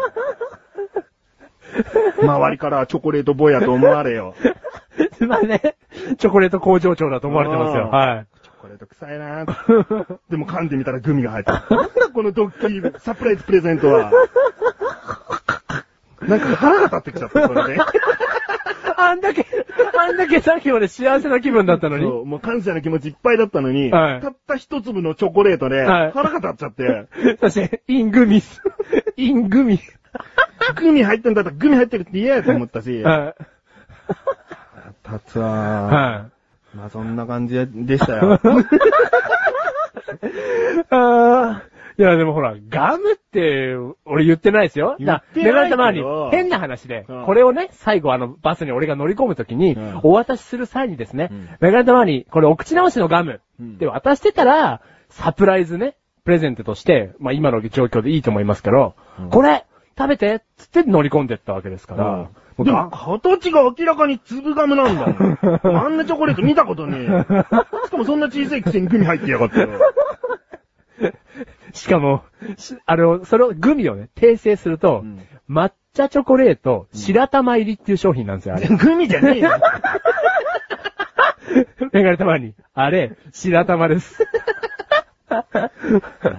B: 周りからチョコレートボーイやと思われよ。
A: まあね、チョコレート工場長だと思われてますよ。
B: うん
A: はい。
B: チョコレートくさいなーでも噛んでみたらグミが入ってる。なんだこのドッキリ、サプライズプレゼントは。なんか腹が立ってきちゃった、それで。
A: あんだけ、あんだけさっきまで幸せな気分だったのに。
B: そう、もう感謝の気持ちいっぱいだったのに、
A: はい
B: たった一粒のチョコレートで、
A: はい
B: 腹が立っちゃって、
A: そして、イングミス。イングミ。
B: グミ入ってんだったらグミ入ってるって言えやと思ったし、
A: はい。
B: 立つわ
A: はい。
B: ー。まあそんな感じでしたよ。
A: あーいや、でもほら、ガムって、俺言ってないですよ。
B: 言ってないけど
A: だからメガネたまに、変な話で、
B: うん
A: これをね、最後あの、バスに俺が乗り込むときに、
B: うん
A: お渡しする際にですね、
B: うん
A: メガネたまに、これお口直しのガム
B: うん
A: で渡してたら、サプライズね、プレゼントとして、まあ今の状況でいいと思いますけど、
B: うん
A: これ、食べてつって乗り込んでったわけですから、もう
B: でも、
A: ガ
B: 形が明らかに粒ガムなんだもん。あんなチョコレート見たことねえよ。しかもそんな小さいくせにグミ入ってやがってよ。
A: しかも、しあれを、それを、グミをね、訂正すると、
B: うん
A: 抹茶チョコレート、白玉入りっていう商品なんですよ、あれ。
B: グミじゃねえよ。
A: メガネ玉に。あれ、白玉 です。
B: な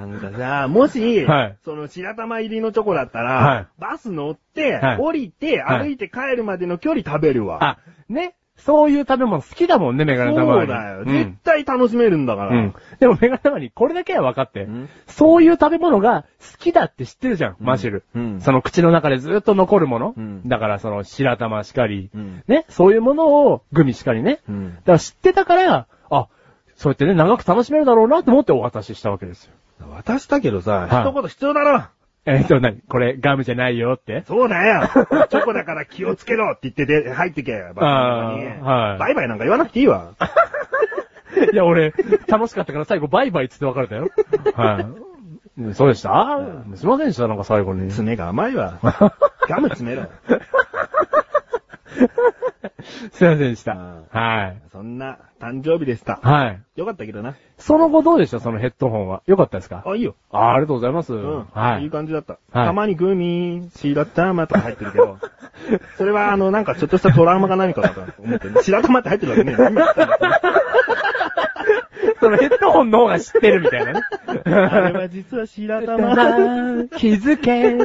B: んかさ、もし、
A: はい
B: その白玉入りのチョコだったら、
A: はい
B: バス乗って、
A: はい
B: 降りて、
A: はい
B: 歩いて帰るまでの距離食べるわ。
A: あ、ね。そういう食べ物好きだもんね、メガネ玉
B: そう
A: は。
B: だよ、
A: う
B: 絶
A: ん。
B: 対楽しめるんだか
A: う
B: ら。
A: ん。でもメガネ玉にこれだけは分かって
B: ん。
A: そういう食べ物が好きだって知ってるじゃん、マシル。
B: うん
A: その口の中でずっと残るもの。
B: うん
A: だからその白玉しかり、
B: うん
A: ね。そういうものをグミしかりね。
B: うん
A: だから知ってたから、あ、そうやってね、長く楽しめるだろうなと思ってお渡ししたわけですよ。
B: 渡したけど
A: は
B: さ、
A: い
B: 一言必要だろ
A: えっ、と、何これガムじゃないよって
B: そうだよ チョコだから気をつけろって言ってて、入ってけよ、バスの中に
A: あーはい
B: バイバイなんか言わなくていいわ。
A: いや、俺、楽しかったから最後バイバイっつって別れたよ。はい。そうでしたすいませんでした、なんか最後に。
B: 爪が甘 いわ。ガム詰めろ。
A: すいませんでした。
B: うん
A: はい。
B: そんな誕生日でした。
A: はい。
B: よかったけどな。
A: その後どうでしたそのヘッドホンは。よかったですか
B: あ、いいよ。
A: あありがとうございます。
B: うん。、
A: はい
B: い
A: い。
B: 感じだった。
A: はい
B: たまにグミ、白玉とか入ってる けど、それはあの、なんかちょっとしたトラウマか何かだと思ってる。白玉って入ってるわけねえ。意味わかんない
A: そのヘッドホンの方が知ってるみたいなね。
B: あれは実は白 玉。
A: 気づけ。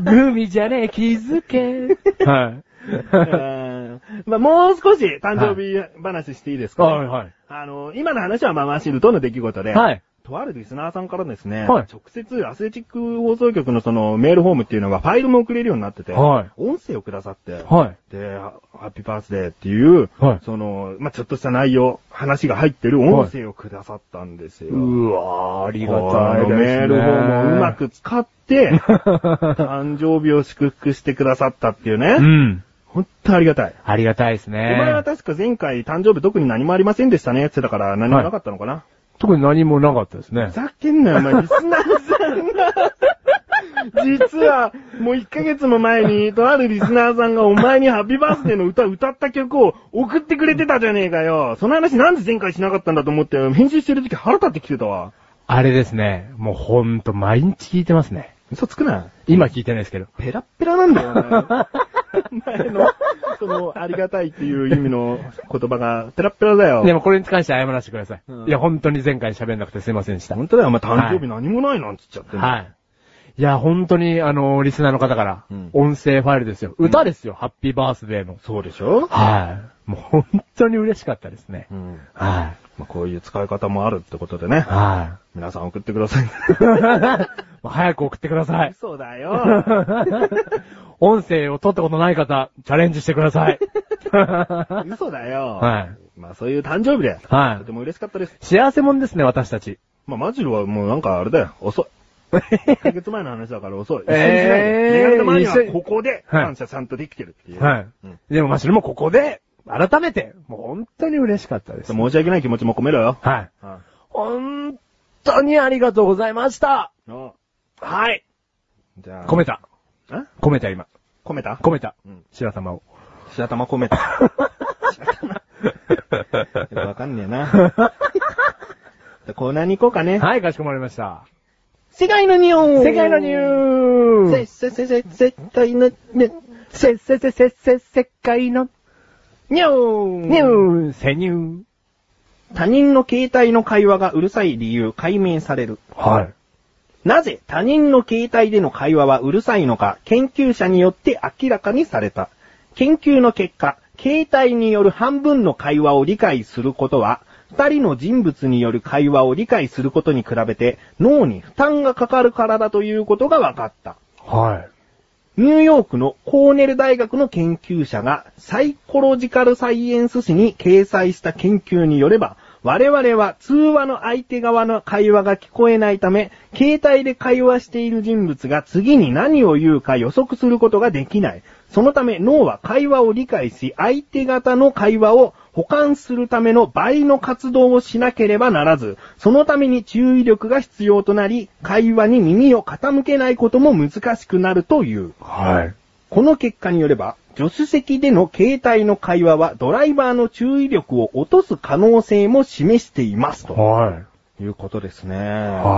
A: グミじゃねえ、気づけ。 はい。
B: うんまあ、もう少し誕生日話していいですか、
A: はい、はい。
B: あの、今の話はママシルとの出来事で、
A: はい。
B: とあるリスナーさんからですね、
A: はい
B: 直接アスレチック放送局のそのメールフォームっていうのがファイルも送れるようになってて、
A: はい
B: 音声をくださって、
A: はい。
B: で、ハッピーバースデーっていう、
A: はい
B: その、まあ、ちょっとした内容、話が入ってる音声をくださったんですよ。
A: うわー、ありが
B: あ
A: たいで
B: の
A: すね。
B: メールフォームをうまく使っ て、誕生日を祝福してくださったっていうね。
A: うん。
B: ほんとありがたい。
A: ありがたいです
B: お前は
A: ね。
B: 確か前回誕生日特に何もありませんでしたねってだから何もなかったのかな、
A: 特に何もなかったです
B: ふ
A: ね。
B: ざけんなよ、お前。リスナーさんが。実は、もう1ヶ月も前に、とあるリスナーさんがお前にハッピーバースデーの歌、歌った曲を送ってくれてたじゃねえかよ。その話なんで前回しなかったんだと思って、編集してる時腹立ってきてたわ。
A: あれですね。もうほんと毎日聞いてますね。
B: 嘘つくな。
A: 今聞いてないですけど。
B: ペラッペラなんだよ、お前お前の、その、ありがたいっていう意味の言葉が、ペラッペラだよ。
A: でもこれに関して謝らせてください。
B: うん
A: いや、本当に前回喋んなくてすいませんでした。
B: 本当だよ、お前誕生日何もないなんて言っちゃってんの
A: はい。いや、本当に、あのリスナーの方から
B: うん、
A: 音声ファイルですよ。歌ですよ、ハッピーバースデーの。
B: そうでしょ
A: はい。もう本当に嬉しかったですね。
B: うん。
A: は
B: まあ、こういう使い方もあるってことでね
A: い。。 は
B: 皆さん送ってください。
A: い。もう早く送ってください。
B: 嘘だよ。
A: 音声を取ったことない方、チャレンジしてください。
B: 嘘だよ。
A: はい。
B: まあそういう誕生日で。
A: は
B: とても嬉しかったです。
A: い。幸せもんですね、私た ち。
B: まあマジルはもうなんかあれだよ。遅 い。1ヶ月前の話だから遅い。一緒にしない
A: えー
B: で。メガネ前に
A: 一緒に
B: はここで
A: はい
B: 感謝ちゃんとできてるっていう。
A: はい
B: うん。
A: でも、マシルもここで、改めて、もう本当に嬉しかったです。
B: 申し訳ない気持ちも込めろよ。
A: はい。
B: あ
A: 本当にありがとうございました。
B: の
A: はい。
B: じゃあ。
A: 込め。た。
B: あ
A: 込めた今。
B: 込めた
A: 込めた。
B: うん。
A: 白玉 を。
B: 白玉込めた。白玉わかんね えな。じゃあコーナーに行こうかね。
A: はい、かしこまりました。
B: 世界の日本
A: 世界のニュース
B: せ、せ、せ、せ、世界の、ね、
A: せ、せ、せ、せ、せ、世界の
B: にょー
A: ニュース、セニュー。
B: 他人の携帯の会話がうるさい理由解明される。
A: はい。
B: なぜ他人の携帯での会話はうるさいのか、研究者によって明らかにされた。研究の結果、携帯による半分の会話を理解することは、二人の人物による会話を理解することに比べて脳に負担がかかるからだということが分かった。
A: はい。
B: ニューヨークのコーネル大学の研究者がサイコロジカルサイエンス誌に掲載した研究によれば、我々は通話の相手側の会話が聞こえないため、携帯で会話している人物が次に何を言うか予測することができない。そのため脳は会話を理解し、相手方の会話を保管するための倍の活動をしなければならず、そのために注意力が必要となり、会話に耳を傾けないことも難しくなるという。
A: はい。
B: この結果によれば、助手席での携帯の会話はドライバーの注意力を落とす可能性も示しています。と
A: は
B: いうことですね。
A: い。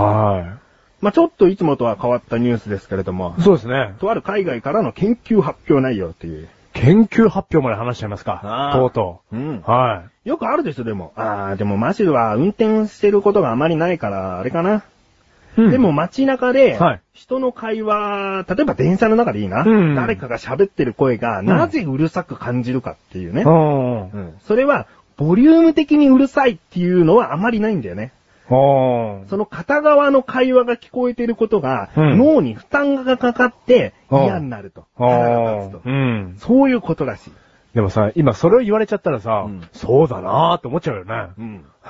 A: は
B: まあちょっといつもとは変わったニュースですけれども
A: い。、そうですね。
B: とある海外からの研究発表内容っていう。
A: 研究発表まで話しちゃいますか
B: あ。ー
A: とうと
B: うん
A: う。は
B: よくあるでしょ、でも。ああ、でもマシルは運転してることがあまりないから、あれかな。
A: い。うん
B: でも、街中で
A: はい、
B: 人の会話、例えば電車の中でいいな、
A: うん
B: 誰かが喋ってる声が、
A: ん
B: なぜうるさく感じるかっていうね。
A: うん。う
B: うんそれは、ボリューム的にうるさいっていうのはあまりないんだよね。
A: ん。
B: その片側の会話が聞こえてることが、
A: うん
B: 脳に負担がかかって
A: うん
B: 嫌になると。腹が立つと
A: う。ん。
B: そういうことらしい。
A: でもさ、今それを言われちゃったらさ、
B: うん
A: そうだなーって思っちゃうよね。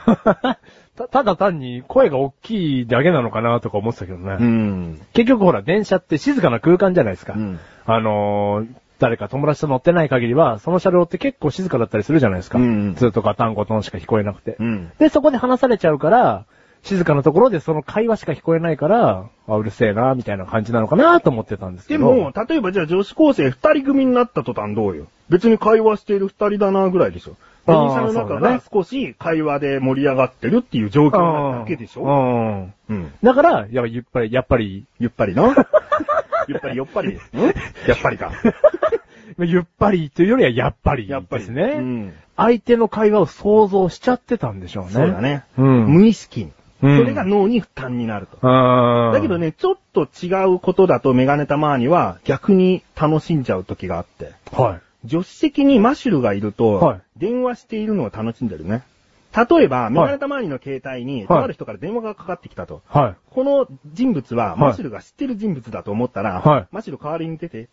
A: たただ単に声が大きいだけなのかなとか思ってたけどね。
B: うん。
A: 結局ほら、電車って静かな空間じゃないですか。
B: うん
A: あのー誰か友達と乗ってない限りは、その車両って結構静かだったりするじゃないですか。
B: うんうん
A: ずっとガタンゴトンしか聞こえなくて、
B: うん。
A: で、そこで話されちゃうから、静かなところでその会話しか聞こえないから、あうるせえな、みたいな感じなのかなと思ってたんですけ
B: で
A: ど。
B: も、、例えばじゃあ女子高生二人組になった途端どうよ。別に会話している二人だなぐらいでしょ。電
A: あー
B: 車の中
A: そうだね
B: が少し会話で盛り上がってるっていう状況なだけでしょ
A: うん。うん
B: うん。
A: だから、やっぱり、やっぱり、 やっぱり、
B: ゆっぱりな。ゆっぱり、ゆっぱり。んやっぱりか。
A: ゆっぱりというよりはやっぱり
B: やっぱり
A: ですね。
B: うん
A: 相手の会話を想像しちゃってたんでしょうね。
B: そうだね。
A: うん
B: 無意識に。そ
A: うん
B: れが脳に負担になると。
A: うん。
B: だけどね、ちょっと違うことだとメガネたまーには逆に楽しんじゃう時があって。
A: はい。
B: 助手席にマシュルがいると、
A: はい
B: 電話しているのを楽しんでるね。例えば、メガネたまーにの携帯に、とある人から電話がかかってきたと。
A: はい。
B: この人物は、
A: い
B: マシュルが知ってる人物だと思ったら、
A: はい
B: マシュル代わりに出て、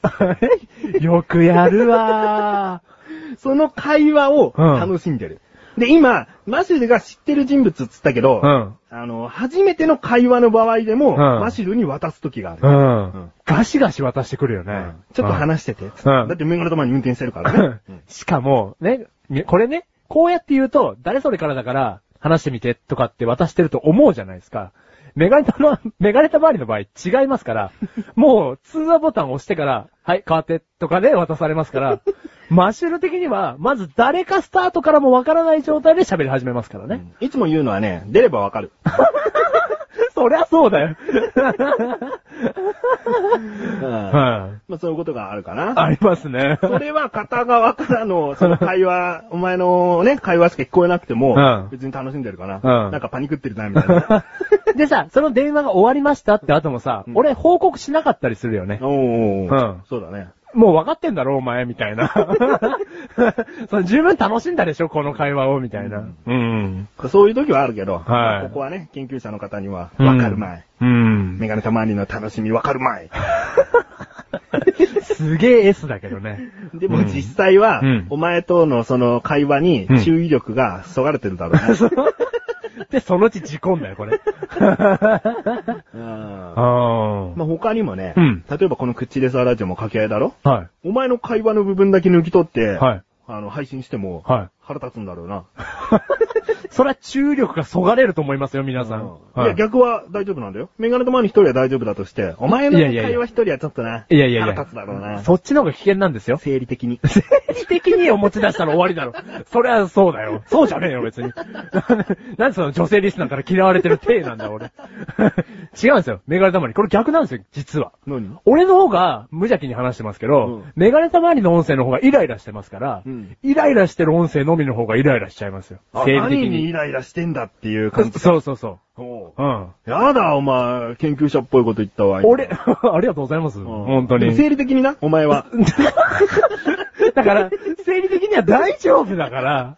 A: よくやるわ
B: その会話を
A: うん
B: 楽しんでる。で、今、マシュルが知ってる人物っつったけ ど、
A: うん
B: あの、初めての会話の場合でも、
A: ん
B: マシュルに渡す時がある。
A: ー。うん。
B: うん
A: ガシガシ渡してくるよね。
B: ちょっと
A: うん
B: 話してて。
A: うん
B: だってメガネ玉に運転してるか らね。うん
A: しかも、ね、これね、こうやって言うと、誰それからだから、話してみてとかって渡してると思うじゃないですか。メガネたの、メガネた周りの場合違いますから、 もう通話ボタンを押してから、はい、変わってとかで渡されます から、マッシュル的には、まず誰かスタートからもわからない状態で喋り始めますからね。
B: いつも言うのはね、出ればわかる。
A: そりゃそうだ よ。
B: ま
A: は
B: あそういうことがあるか
A: い。
B: な。
A: ありますね。
B: それは片側からの、その会 話、お前のね、会話しか聞こえなくて
A: う
B: も
A: ん、
B: 別に楽しんでるかな。
A: うん
B: なんかパニクってるな、みた いな。
A: でさ、その電話が終わりましたって後もさ、
B: うん
A: 俺報告しなかったりするよね。
B: おーおーおー
A: うん
B: そうだね。
A: もう分かってんだろ、お前、みたいな。 その十分楽しんだでしょ、この会話を、みたいな。うん。
B: そういう時はあるけど、
A: はい
B: ここはね、研究者の方には、わかるまい。
A: うん。
B: メガネたまにの楽しみわかるま い。
A: すげえ S だけどね。
B: でも実際は
A: うん、
B: お前とのその会話に
A: うん
B: 注意力がそがれてるだろ う
A: で、そのうち事故んだよ、 これ。
B: ね。うん
A: あ
B: まあ他にもね、
A: うん
B: 例えばこの口レサーラジオも掛け合いだろ
A: あ。はい。
B: お前の会話の部分だけ抜き取って、
A: はい。
B: あの、配信しても、
A: はい
B: 腹立つんだろうな。
A: そりゃ注力がそがれると思いますよ、皆さん。
B: い、や、逆は大丈夫なんだよ。メガネとマに一人は大丈夫だとして、お前の
A: いやいやいや
B: 会話一人はちょっとな、
A: いやいやいや
B: 腹立つだろうな。
A: そっちの方が危険なんですよ。
B: 生理的 に。
A: 政治的にを持ち出したら終わりだろ。そりゃそうだよ。そうじゃねえよ、別に。 なんでその女性リスナーから嫌われてる体なんだ、俺。 違うんですよ。メガネたまり。これ逆なんですよ、実は。
B: 何
A: 俺の方が無邪気に話してますけど、
B: うん
A: メガネたまりの音声の方がイライラしてますから、
B: うん
A: イライラしてる音声ののみの方がイライラしちゃいますよ。
B: あ
A: 生理的
B: 何に
A: に
B: イ。ライラしてんだっていう感じ。
A: そうそうそ
B: おう
A: う。うん。
B: やだ、お前、研究者っぽいこと言ったわ。今
A: 俺、、 ありがとうございます。
B: うん
A: 本当
B: で
A: に
B: も。生理的にな、お前は。
A: だから、生理的には大丈夫だ から。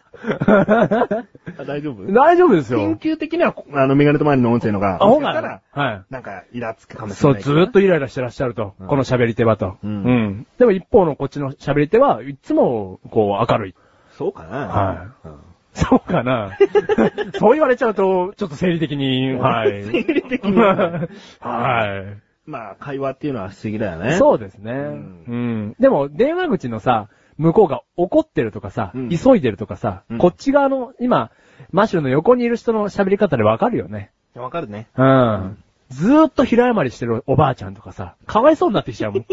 B: あ大丈夫
A: 大丈夫です
B: 研
A: よ。
B: 究的には、あの、メガネと周りの音声のが、
A: あ、ほう
B: もしかした
A: が
B: ら、
A: は
B: なんか、イラつくか
A: い。
B: もし
A: そう、
B: れない
A: ず
B: けど。
A: ーっとイライラしてらっしゃると。
B: うん
A: この喋り手はと。
B: うん
A: んでも一方のこっちの喋り手は、いつも、こう、明るい。
B: そうかな
A: は
B: うん
A: そうかな そう言われちゃうと、ちょっと生理的に、はい。
B: 生理的には。
A: は
B: まあ、会話っていうのは不思議だよ
A: い。
B: ね。
A: そうですね。うんん。でも、電話口のさ、向こうが怒ってるとかさ、
B: うん
A: 急いでるとかさ、
B: うん
A: こっち側の、今、マシュルの横にいる人の喋り方でわかるよね。
B: う。わかるね。
A: うん。ずーっと平謝りしてるおばあちゃんとかさ、かわいそうになってきち ゃうもん。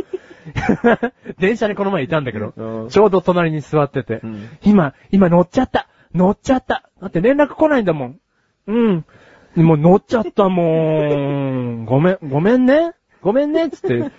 A: 電車にこの前いたんだけど、
B: うん
A: ちょうど隣に座ってて、
B: うん
A: 今、今乗っちゃった乗っちゃっただって連絡来ないんだもん。うん。もう乗っちゃったもん。ごめん、ごめんね。ごめんねっつって、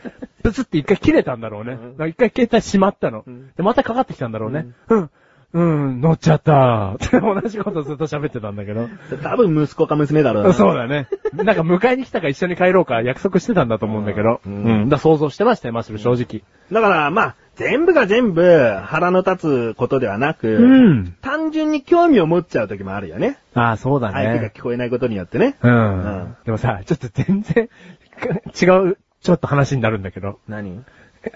A: ブツって一回切れたんだろうね。
B: うん
A: だから一回携帯閉まったの。
B: うん
A: で、またかかってきたんだろうね。うん。うん、乗っちゃった。 って同じことずっと喋ってたんだけど。
B: 多分息子か娘だろな
A: そうだね。なんか迎えに来たか一緒に帰ろうか約束してたんだと思うんだけど。う
B: う
A: んん。だから想像してましたよ、マッシュル正直。
B: だから、まあ、全部が全部腹の立つことではなく、
A: うん
B: 単純に興味を持っちゃう時もあるよね。
A: ああ、そうだ
B: 相手が
A: ね。
B: 聞こえないことによってね。
A: うん。
B: うん
A: でもさ、ちょっと全然違う、ちょっと話になるんだけど。
B: 何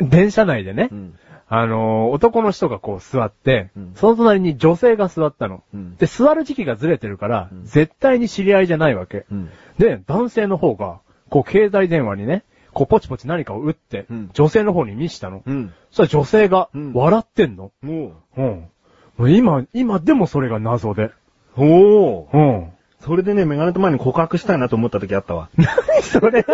A: 電車内でね、
B: うん
A: あのー男の人がこう座って、
B: うん
A: その隣に女性が座ったの。
B: うん
A: で、座る時期がずれてるから、
B: うん
A: 絶対に知り合いじゃないわけ。
B: うん
A: で、男性の方が、こう携帯電話にね、こうポチポチ何かを打って、
B: うん
A: 女性の方に見したの。
B: うん。
A: そしたら女性が
B: うん、
A: 笑ってんの。
B: も
A: うん。もう今、今でもそれが謎で。
B: う。おー。
A: うん。
B: それでね、メガネと前に告白したいなと思った時あったわ。
A: 何それ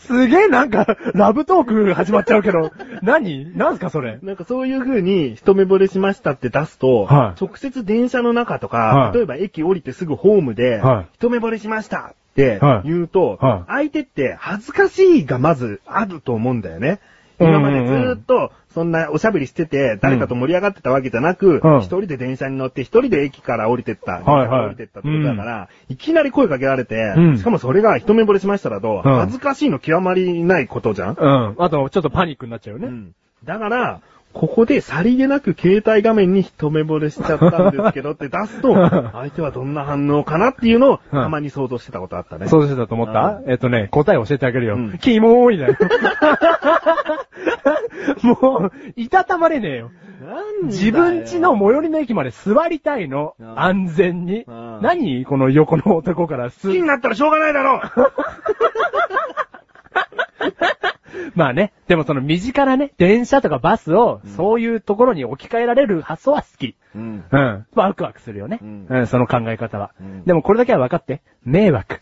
A: すげえなんか、ラブトーク始まっちゃうけど、何なんすかそれ。
B: なんかそういう風に一目惚れしましたって出すと、
A: はい
B: 直接電車の中とか、
A: はい
B: 例えば駅降りてすぐホームで、
A: はい
B: 一目惚れしましたって
A: はい
B: 言うと、
A: は
B: 相手って恥ずかしいがまずあると思うんだよね。今までずーっと、そんなおしゃべりしてて、誰かと盛り上がってたわけじゃなく、
A: うん
B: 一人で電車に乗って、一人で駅から降りてった、
A: はいはい
B: 降りてったってことだから、いきなり声かけられて、
A: うん
B: しかもそれが一目惚れしましただと、
A: うん
B: 恥ずかしいの極まりないことじゃん
A: うん。あと、ちょっとパニックになっちゃうよね。
B: うんだから、ここでさりげなく携帯画面に一目惚れしちゃったんですけどって出 すと、相手はどんな反応かなっていうのをたまに想像してたことあったね。
A: そうでしたと思ったえっとね、答え教えてあげるよ。
B: うん
A: キモーいだよ。もう、いたたまれねえよ。
B: なんだよ
A: 自分家の最寄りの駅まで座りたいの。
B: うん
A: 安全に。
B: うん
A: 何この横の男からす
B: 好きになったらしょうがないだろう
A: まあね、でもその身近なね、電車とかバスを、そういうところに置き換えられる発想は好き。
B: うん。
A: うん。ワクワクするよね。
B: う
A: うんん、その考え方は、
B: うん
A: でもこれだけは分かって。迷惑。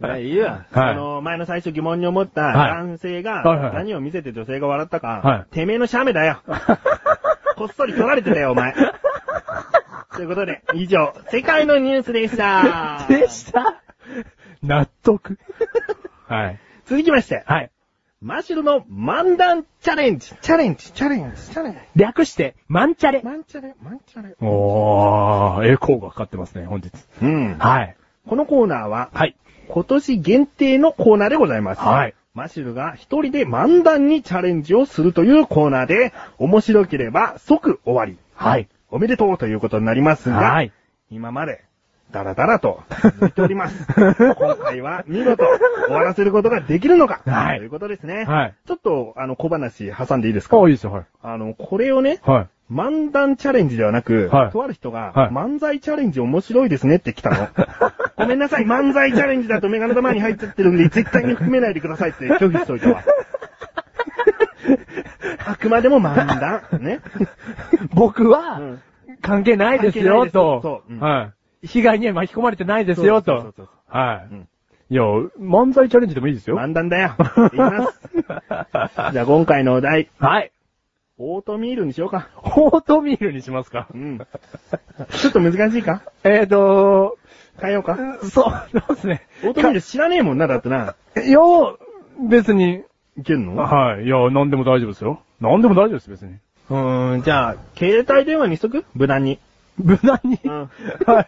B: まあいいわ。
A: はい
B: あの、前の最初疑問に思った
A: はい
B: 男性
A: はいは
B: が
A: い
B: 何を見せて女性が笑ったか、
A: はい
B: てめえのシャメだ よ。こっそり取られてたよ、お前。ということで、以上、世界のニュースでした。
A: でした納 得。はい。
B: 続きまして、
A: はい。
B: マシュルの漫談チャレンジ。チャレンジ、チャレンジ、チャレンジ。
A: 略して、マンチャレ。
B: マンチャレ、マンチャレ。
A: おー、栄光がかかってますね、本日。
B: うん。
A: はい。
B: このコーナーは、
A: はい。
B: 今年限定のコーナーでございます。
A: はい。
B: マシュルが一人で漫談にチャレンジをするというコーナーで、面白ければ即終わり。
A: はい。
B: おめでとうということになりますが、
A: はい。
B: 今まで、ダラダラと続いてお ります。今回は見事終わらせることができるのか、
A: はい
B: ということですね。
A: はい。
B: ちょっと、あの、小話挟んでいいですか
A: あ、いいですよ、はい。
B: あの、これをね、
A: はい。
B: 漫談チャレンジではなく、
A: はい
B: とある人が、
A: はい
B: 漫才チャレンジ面白いですねって来た の。ごめんなさい、漫才チャレンジだとメガネ玉に入っちゃってるんで、絶対に含めないでくださいって拒否しといた わ。あくまでも漫談、ね。
A: 僕
B: う
A: は
B: ん、
A: 関係ないです
B: 関係ない
A: よ、
B: です
A: と
B: そうう。ん
A: はい。被害には巻き込まれてないですよ、
B: そうそう
A: と
B: そう。
A: は
B: うん
A: い。いや、漫才チャレンジでもいいですよ。
B: 漫談 だよ。いきます。じゃあ今回のお題、
A: はい。
B: オートミールにしようか。
A: オートミールにしますか
B: う。ん。ちょっと難しいか
A: えーと、
B: 変えようか。
A: そう、そうですね。
B: オートミール知らねえもんな、だってな。
A: いや、別に、
B: いけんの
A: はい。いや、何でも大丈夫ですよ。何でも大丈夫です、別に。
B: うーん、じゃあ、携帯電話にしとく無難に。
A: 無難に、
B: うん
A: はい。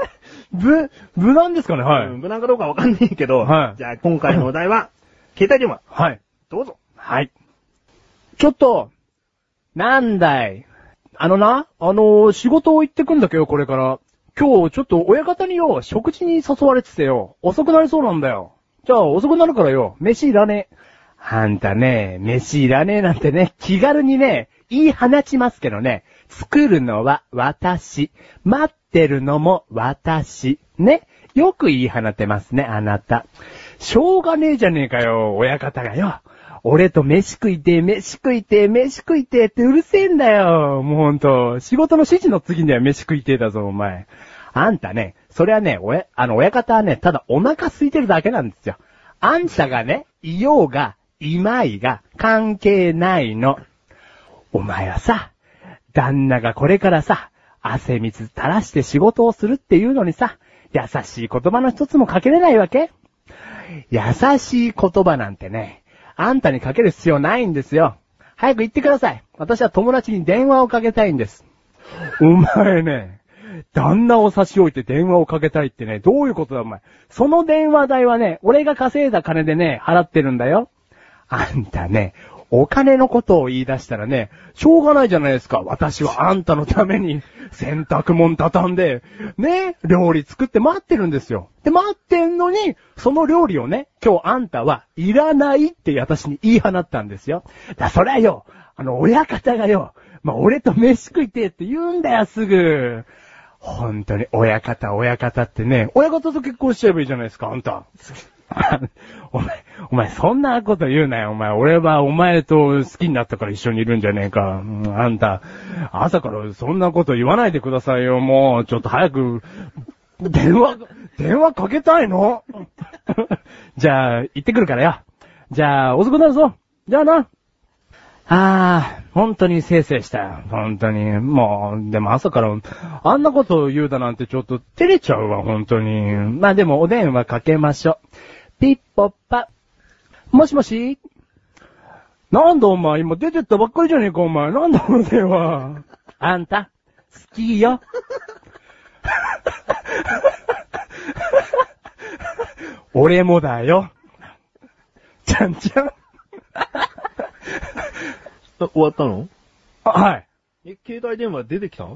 A: ぶ、無難ですかねはい。
B: うん無難かどうかわかんないけど、
A: はい
B: じゃあ今回のお題 は、携帯電話、
A: はい。
B: どうぞ。
A: はい。ちょっと、なんだい。あのな、あの仕事を行ってくんだけど、これから。今日、ちょっと親方によ、食事に誘われててよ。遅くなりそうなんだよ。じゃあ、遅くなるからよ、飯いらねえ。あんたね、飯いらねえなんてね、気軽にね、言い放ちますけどね、作るのは私、待ってるのも私、ね、よく言い放てますね、あなた。しょうがねえじゃねえかよ、親方がよ。俺と飯食いてえ、飯食いてえ、飯食いてえってうるせえんだよ。もうほんと、仕事の指示の次には飯食いてえだぞ、お前。あんたね、それはね、おや、あの、親方はね、ただお腹空いてるだけなんですよ。あんたがね、いようが、いまいが、関係ないの。お前はさ、旦那がこれからさ、汗水垂らして仕事をするっていうのにさ、優しい言葉の一つもかけれないわけ優しい言葉なんてね、あんたにかける必要ないんですよ。早く言ってください。私は友達に電話をかけたいんです。お前ね、旦那を差し置いて電話をかけたいってね、どういうことだお前。その電話代はね、俺が稼いだ金でね、払ってるんだよ。あんたね、お金のことを言い出したらね、しょうがないじゃないですか。私はあんたのために洗濯物畳んで、ね、料理作って待ってるんですよ。で、待ってんのに、その料理をね、今日あんたはいらないって私に言い放ったんですよ。だ、そりゃよ、あの、親方がよ、まあ、俺と飯食いてえって言うんだよ、すぐ。本当に、親方、親方ってね、親方と結婚しちゃえばいいじゃないですか、あんた。 お前、お前そんなこと言うなよ、お前。俺はお前と好きになったから一緒にいるんじゃねえか。うんあんた、朝からそんなこと言わないでくださいよ、もう。ちょっと早く、電話、電話かけたいの じゃあ、行ってくるからよ。じゃあ、遅くなるぞ。じゃあな。ああ、本当にせいせいしたよ。本当に。もう、でも朝から、あんなことを言うだなんてちょっと照れちゃうわ、本当に。まあでもお電話かけましょう。ピッポッパ。もしもしなんだお前、今出てったばっかりじゃねえか、お前。なんだこの電話。あんた、好きよ。俺もだよ。ちゃんちゃん。
B: あ終わったの
A: あはい。
B: え、携帯電話出てきた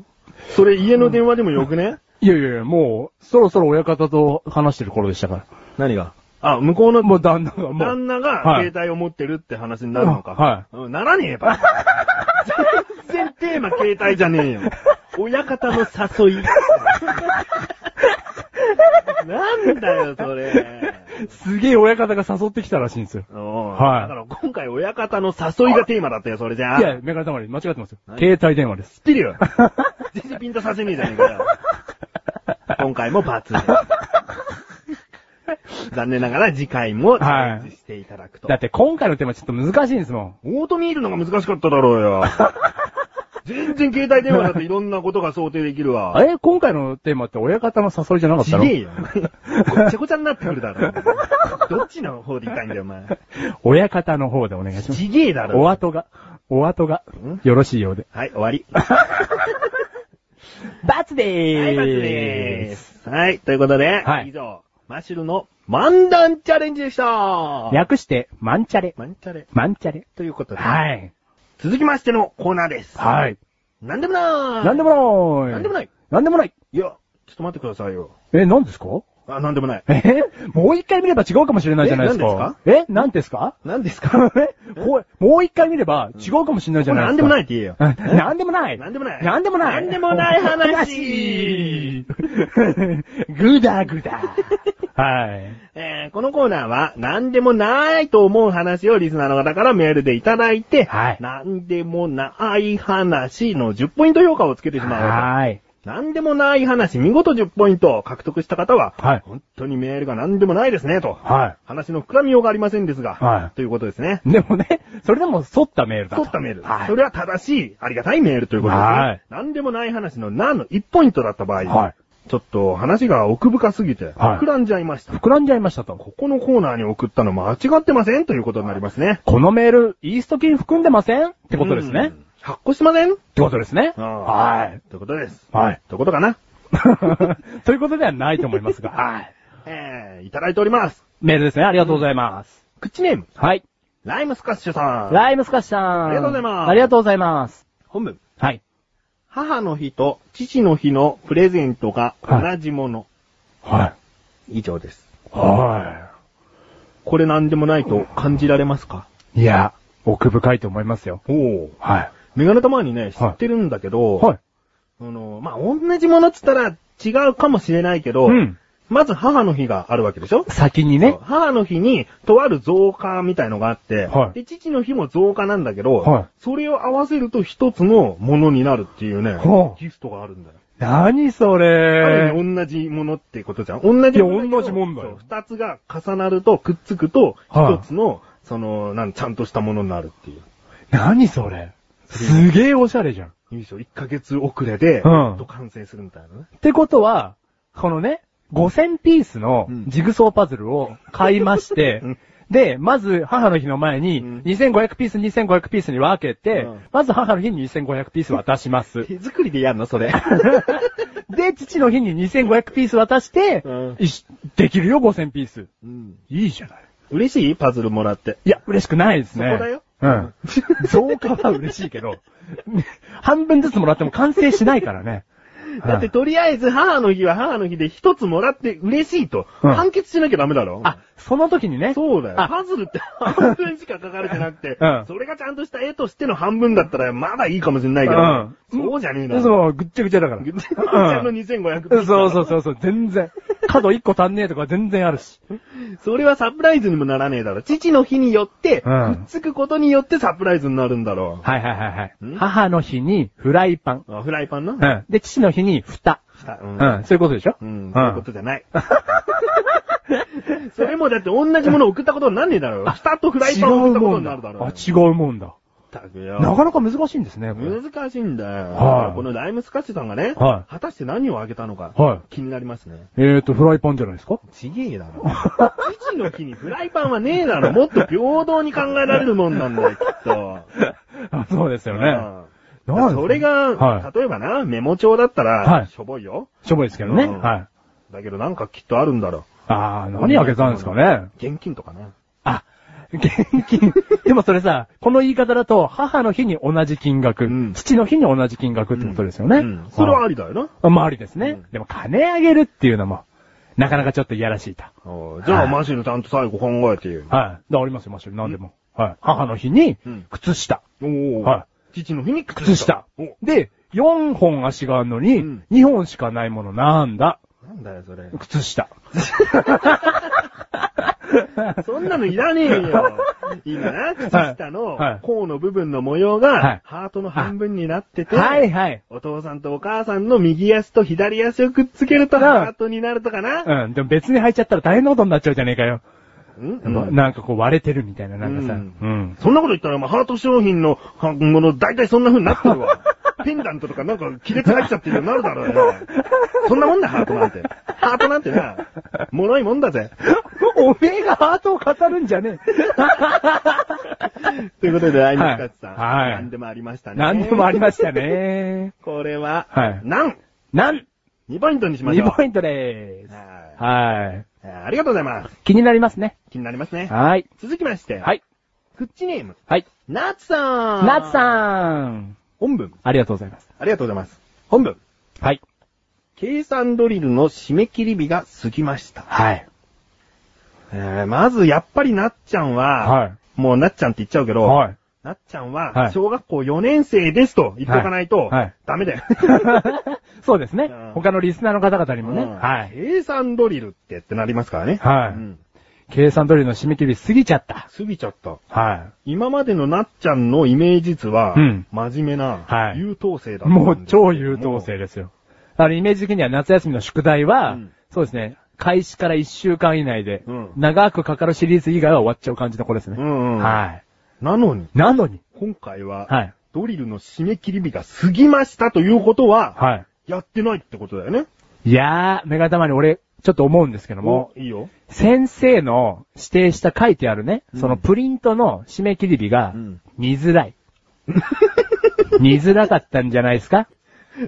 B: それ家の電話でもよくね、
A: いやいやいや、もう、そろそろ親方と話してる頃でしたか
B: 何があ、向こうの
A: ら。もう旦那が、もう。
B: 旦那が
A: はい
B: 携帯を持ってるって話になるのか。
A: は
B: うんならねえ ば。全然テーマ携帯じゃねえよ。親方の 誘い。なんだよ、そ れ。
A: すげえ親方が誘ってきたらしいんですよ。は
B: はいだから今回親方の誘いがテーマだったよ、それじゃあ。
A: い
B: 知っ
A: や、メガネたまり間違ってますよ。
B: 何
A: 携帯電話 です。
B: てるよ。全然ピンとさせねえじゃねえかよ。今回も 罰で。残念ながら次回もチャレンジしていただくと。
A: だって今回のテーマちょっと難しいんですもん。
B: オートミールのが難しかっただろうよ。全然携帯電話だといろんなことが想定できるわ。
A: え、今回のテーマって親方の誘いじゃなかっ
B: ち
A: た
B: げ
A: の
B: えよ。ごっちゃごちゃになってくるだろ。どっちの方で言いたいんだよ、お前。
A: 親方の方でお願いします。
B: ちげえだろ。
A: お後が、お後が、よろしいようで。
B: はい、終わり。
A: 罰で
B: はい、バツでー。す。はい、ということで、
A: はい
B: 以上、マッシュルの漫談チャレンジでした。
A: 略して、マンチャレ。
B: マンチャレ。
A: マンチャレ。
B: ということで、
A: はい。
B: 続きましてのコーナーです。
A: はい。
B: なんでもなー
A: なんでもない。
B: なんでもない。
A: なんでもない。
B: いや、ちょっと待ってくださいよ。
A: え、なんですか
B: あ、なんでもない。
A: えもう一回見れば違うかもしれないじゃないですか。え、なんですか
B: なんですか
A: えこうもう一回見れば違うかもしれないじゃないですか。
B: なんでもないって言えよ。
A: うん。 なんでもない。
B: なんでもない
A: なんでもない。
B: なんでもな い話
A: ぐだぐだ。はい。
B: えーこのコーナーは、何でもないと思う話をリスナーの方からメールでいただいて、
A: はい
B: 何でもない話の10ポイント評価をつけてしまう。
A: はい。
B: 何でもない話、見事10ポイントを獲得した方は、
A: はい
B: 本当にメールが何でもないですね、と。
A: は
B: 話の膨らみようがありませんですが、
A: はい
B: ということですね。
A: い。でもね、それでも沿ったメールだと。
B: 取ったメール。
A: はい
B: そ。れは正しい、ありがたいメールということですね。
A: はい
B: 何でもない話の何の1ポイントだった場合、
A: はい
B: ちょっと話が奥深すぎて、
A: はい
B: 膨らんじゃいました。
A: 膨らんじゃいましたと。
B: ここのコーナーに送ったの間違ってませんということになりますね。
A: このメール、イースト菌含んでませんってことですね
B: うん。発行しません
A: てことですね。はい。。
B: ということです。
A: はい。
B: ということかな。
A: ということではないと思いますが、はい。
B: えー、いただいております。
A: メールですね。ありがとうございます。
B: 口ネーム、
A: はい。
B: ライムスカッシュさん。
A: ライムスカッシャーン。
B: ありがとうございます
A: ありがとうございます。
B: 本文。
A: はい。
B: 母の日と父の日のプレゼントが同じもの。
A: は
B: 以上です。
A: い。は
B: これ何でもないと感じられますか
A: い。いや、奥深いと思いますよ。
B: おお。
A: はい。
B: メガネたまにね、知ってるんだけど、
A: はい。
B: あの、まあ、同じものっつったら違うかもしれないけど、
A: うん
B: まず母の日があるわけでしょ
A: 先にね
B: そう。母の日に、とある増加みたいのがあって、
A: はい
B: で、父の日も増加なんだけど、
A: はい
B: それを合わせると一つのものになるっていうね、
A: ほう
B: ギフトがあるんだよ。
A: 何そ
B: あ
A: れ
B: る意味同じものってことじゃん。同じものだけど。
A: いや同じもんだよ
B: そう二つが重なると、くっつくと、
A: はい
B: 一つの、その、なん、ちゃんとしたものになるっていう。
A: 何それすげえおしゃれじゃん。
B: いいでしょ、1ヶ月遅れで、
A: うん
B: やっと完成するみたいなね。
A: ってことは、このね、5000ピースの
B: うん
A: ジグソーパズルを買いまして、
B: うん
A: で、まず母の日の前に
B: うん、
A: 2500ピース、2500ピースに分けて、
B: うん
A: まず母の日に2500ピース渡します。
B: 手作りでやるのそれ。
A: で、父の日に2500ピース渡して、
B: うん
A: いしできるよ、5000ピース。
B: うん。
A: いいじゃない。
B: 嬉しいパズルもらって。
A: いや、嬉しくないですね。
B: そこだよ
A: うん。 増加は嬉しいけど、半分ずつもらっても完成しないからね。
B: だってとりあえず母の日は母の日で一つもらって嬉しいと、
A: うん
B: 完結しなきゃダメだろ
A: うん、あ、、その時にね。
B: そうだよ。
A: あ
B: パズルって半分しか書かれてなくて、
A: うん
B: それがちゃんとした絵としての半分だったらまだいいかもしれないけど、
A: うん
B: そうじゃねえだ
A: そ
B: ろ。
A: う、ぐっちゃぐちゃだから。
B: ぐっちゃぐちゃの
A: うん
B: 2500
A: そうそう
B: う。
A: そうそう、全然。角一個足んねえとか全然あるし。
B: それはサプライズにもならねえだろ。父の日によって、
A: う
B: く
A: ん
B: っつくことによってサプライズになるんだろ
A: はいはいはいは
B: ん
A: い。母の日にフライパン。
B: う。あフライパンな。
A: うん。で、父の日に蓋。
B: したう。
A: うんん。そういうことでしょ
B: うん、そういうことじゃない。 それもだって同じもの送ったことになんねえだろ。スタートフライ
A: 違
B: パン送っ
A: う
B: たこ
A: も
B: と
A: ん
B: にな
A: だ
B: るだ。ろ。
A: あ、違うもんだ。
B: ったくよ。
A: なかなか難しいんですね、これ。
B: 難しいんだよ。
A: はい
B: このライムスカッシュさんがね、
A: は
B: 果たして何をあげたのか、
A: は
B: 気になりますね。
A: い。えーと、フライパンじゃないですか
B: ちげえだろ。父の日にフライパンはねえだろ。もっと平等に考えられるもんなん だよ、きっと。
A: あそうですよね。
B: うん
A: なんですか
B: それが、
A: は
B: 例えばな、メモ帳だったら、
A: はい
B: しょぼいよ。
A: い。しょぼいですけどね。
B: うん
A: はい。
B: だけどなんかきっとあるんだろ。
A: あー、何あげたんですかね。
B: 現金とかね。
A: あ、現金。 でもそれさ、この言い方だと、母の日に同じ金額、
B: うん
A: 父の日に同じ金額ってことですよね。
B: うんそれはありだよな。
A: あまあありですね。
B: うん
A: でも金あげるっていうのも、なかなかちょっといやらしいと。
B: おうじゃあ、
A: はい
B: マシルちゃんと最後考えてよ。
A: はい。だありますよ、マシュル。何でも。はい。母の日に
B: うん、
A: 靴下。
B: おお、
A: は
B: 父の日に
A: 靴下。
B: おう
A: で、4本足があるのに、
B: うん
A: 2本しかないものなんだ。
B: なんだよ、それ。
A: 靴下。
B: そんなのいらねえ よ。いいな、靴下の
A: はい
B: 甲の部分の模様
A: は
B: が
A: い、
B: ハートの半分になってて、
A: はいはい。
B: お父さんとお母さんの右足と左足をくっつけると
A: うん
B: ハートになるとかな。
A: うん。でも別に履いちゃったら大変なことになっちゃうじゃねえかよ。
B: うん
A: なんかこう割れてるみたいな、なんかさ。
B: うん
A: うん
B: そんなこと言ったら、まあ、ハート商品のはもの、大体そんな風になってる わ。ペンダントとかなんか亀裂入っちゃってるようになるだろうよ。そんなもんだ、ハートなんて。ハートなんてな、脆いもんだぜ。
A: おめえがハートを語るんじゃね
B: ということで、ライムスカッツさん。
A: はいはい
B: 何でもありました
A: え。
B: ね。
A: なんでもありましたね。
B: これは、
A: はい
B: なん
A: なん、
B: !2 ポイントにしましょう。
A: 2ポイントでーす。
B: は
A: はい。
B: いありがとうございます。
A: 気になりますね。
B: 気になりますね。
A: はい。
B: 続きまして、。
A: はいい。
B: フッチネーム、
A: はい。
B: ナツさん。
A: ナツ
B: ん。
A: さん
B: 本文、
A: ありがとうございます。
B: ありがとうございます。本文、
A: はい。
B: 計算ドリルの締め切り日が過ぎました。
A: はい。
B: えー、まず、やっぱりなっちゃんは、
A: はい
B: もうなっちゃんって言っちゃうけど、
A: はい。
B: なっちゃん
A: は
B: は、
A: い
B: 小学校4年生ですと言っておかないと、
A: はいはい
B: ダメだよ。
A: そうですね
B: うん。
A: 他のリスナーの方々にもね。
B: うん
A: はい。
B: 計算ドリルってってなりますからね。
A: はい
B: うん
A: 計算通りの締め切り過ぎちゃった。
B: 過ぎちゃった。
A: は
B: 今までのなっちゃんのイメージ図は、
A: うん
B: 真面目な、
A: はい
B: 優等生だったんですけど
A: もう超優等生。ですよ。あの、イメージ的には夏休みの宿題は、
B: うん
A: そうですね。開始から1週間以内で、
B: うん
A: 長くかかるシリーズ以外は終わっちゃう感じの子ですね。
B: うんうん
A: はい。
B: なのに、
A: なのに、
B: 今回は、
A: はい
B: ドリルの締め切り日が過ぎましたということは、
A: は
B: やってないってことだよね。
A: い。いやー、目がたまに俺、ちょっと思うんですけども、
B: う、いいよ。
A: 先生の指定した書いてあるね、そのプリントの締め切り日が
B: うん
A: 見づらい。 見づらかったんじゃないですか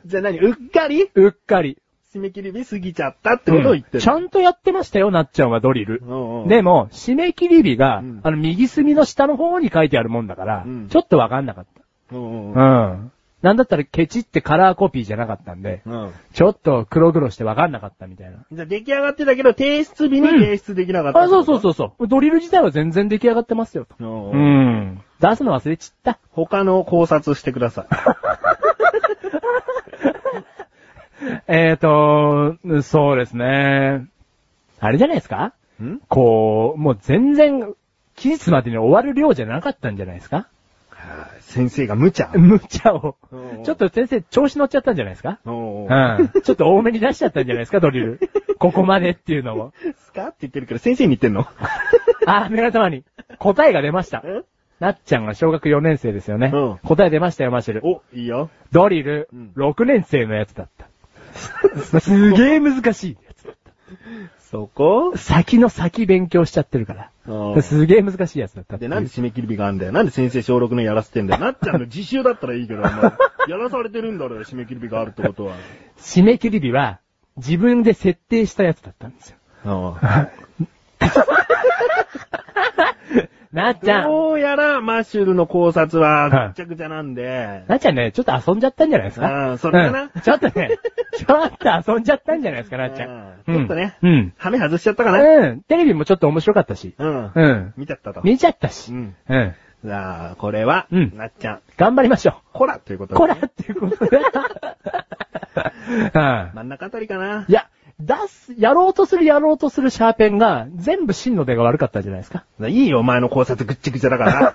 B: じゃあ何うっかり
A: うっかり。
B: 締め切り日過ぎちゃったってことを言ってる。
A: ちゃんとやってましたよ、なっちゃんはドリル。
B: うんうん
A: でも、締め切り日が、
B: うん
A: あの、右隅の下の方に書いてあるもんだから、
B: うん
A: ちょっとわかんなかっ
B: うんうん
A: た。うん。なんだったらケチってカラーコピーじゃなかったんで、
B: うん
A: ちょっと黒々してわかんなかったみたいな。
B: じゃあ出来上がってたけど、提出日に提出できなかった、
A: あ、そうそう
B: う。
A: そうそう。ドリル自体は全然出来上がってますよ、と。
B: うん
A: う
B: うん
A: ん。出すの忘れちった。
B: 他の考察してください。
A: えーと、そうですね。あれじゃないですか
B: ん
A: こう、もう全然、期日までに終わる量じゃなかったんじゃないですか
B: 先生が無茶。
A: 無茶を
B: うんうん。
A: ちょっと先生、調子乗っちゃったんじゃないですか
B: おうおう
A: うん。ちょっと多めに出しちゃったんじゃないですか、ドリル。ここまでっていうのも。
B: すかって言ってるけど、先生に言ってんの
A: あ、メガネたまに。答えが出ました。
B: え
A: なっちゃんが小学4年生ですよね。
B: うん
A: 答え出ましたよ、マシル。
B: お、いいよ。
A: ドリル
B: うん、
A: 6年生のやつだった。すげえ難しいやつだっ
B: そこ
A: た。先の先勉強しちゃってるから。すげえ難しいやつだったってい
B: で、
A: う。
B: なんで締め切り日があんだよ。なんで先生小6のやらせてんだよ。なっちゃんの自習だったらいいけど、お前やらされてるんだろうよ、締め切り日があるってことは。
A: 締め切り日は、自分で設定したやつだったんですよ。なっちゃん。
B: どうやら、マッシュルの考察
A: は
B: は、
A: い
B: ぐっちゃぐちゃなんで、
A: なっちゃんね、ちょっと遊んじゃったんじゃないですか
B: うんそれかな
A: うんちょっと ね、ちょっと遊んじゃったんじゃないですか、なっちゃん。
B: うんちょっとね
A: うん。
B: 羽目外しちゃったかな
A: うん。テレビもちょっと面白かったし。
B: うん。
A: うん。
B: 見ちゃったと。
A: 見ちゃったし。
B: う
A: うん
B: ん。
A: うん。
B: じゃあ、これは、
A: うん
B: なっちゃん、
A: 頑張りましょ
B: コラというこ
A: う。
B: とで
A: こ
B: ね、
A: らっていうことで。 うん。
B: 真ん中あたりかな。
A: いや、出す、やろうとするやろうとするシャーペンが、全部真の出が悪かったんじゃない ですか。
B: いいよ、お前の考察ぐっちゃぐちゃ だから。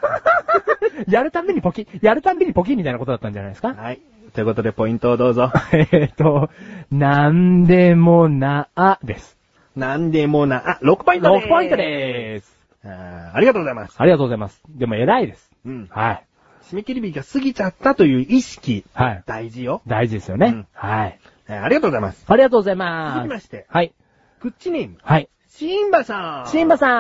A: やるたんびにポキ、やるたんびにポキみたいなことだったんじゃないですか。
B: はい。ということで、ポイントをどうぞ。
A: えっと、なんでもなあです。
B: なんでもな、あ、6ポイントでーす。
A: 6ポイントでーす。
B: あーありがとうございます。
A: ありがとうございます。でも偉いです。
B: うん。
A: はい。
B: 締め切り日が過ぎちゃったという意識、
A: はい。
B: 大事よ。
A: 大事ですよね。
B: うん
A: はい。
B: えーありがとうございます。
A: ありがとうございます。
B: 続きまして
A: はい。
B: グッチネーム、
A: はい。
B: シンバさん。
A: シンバさ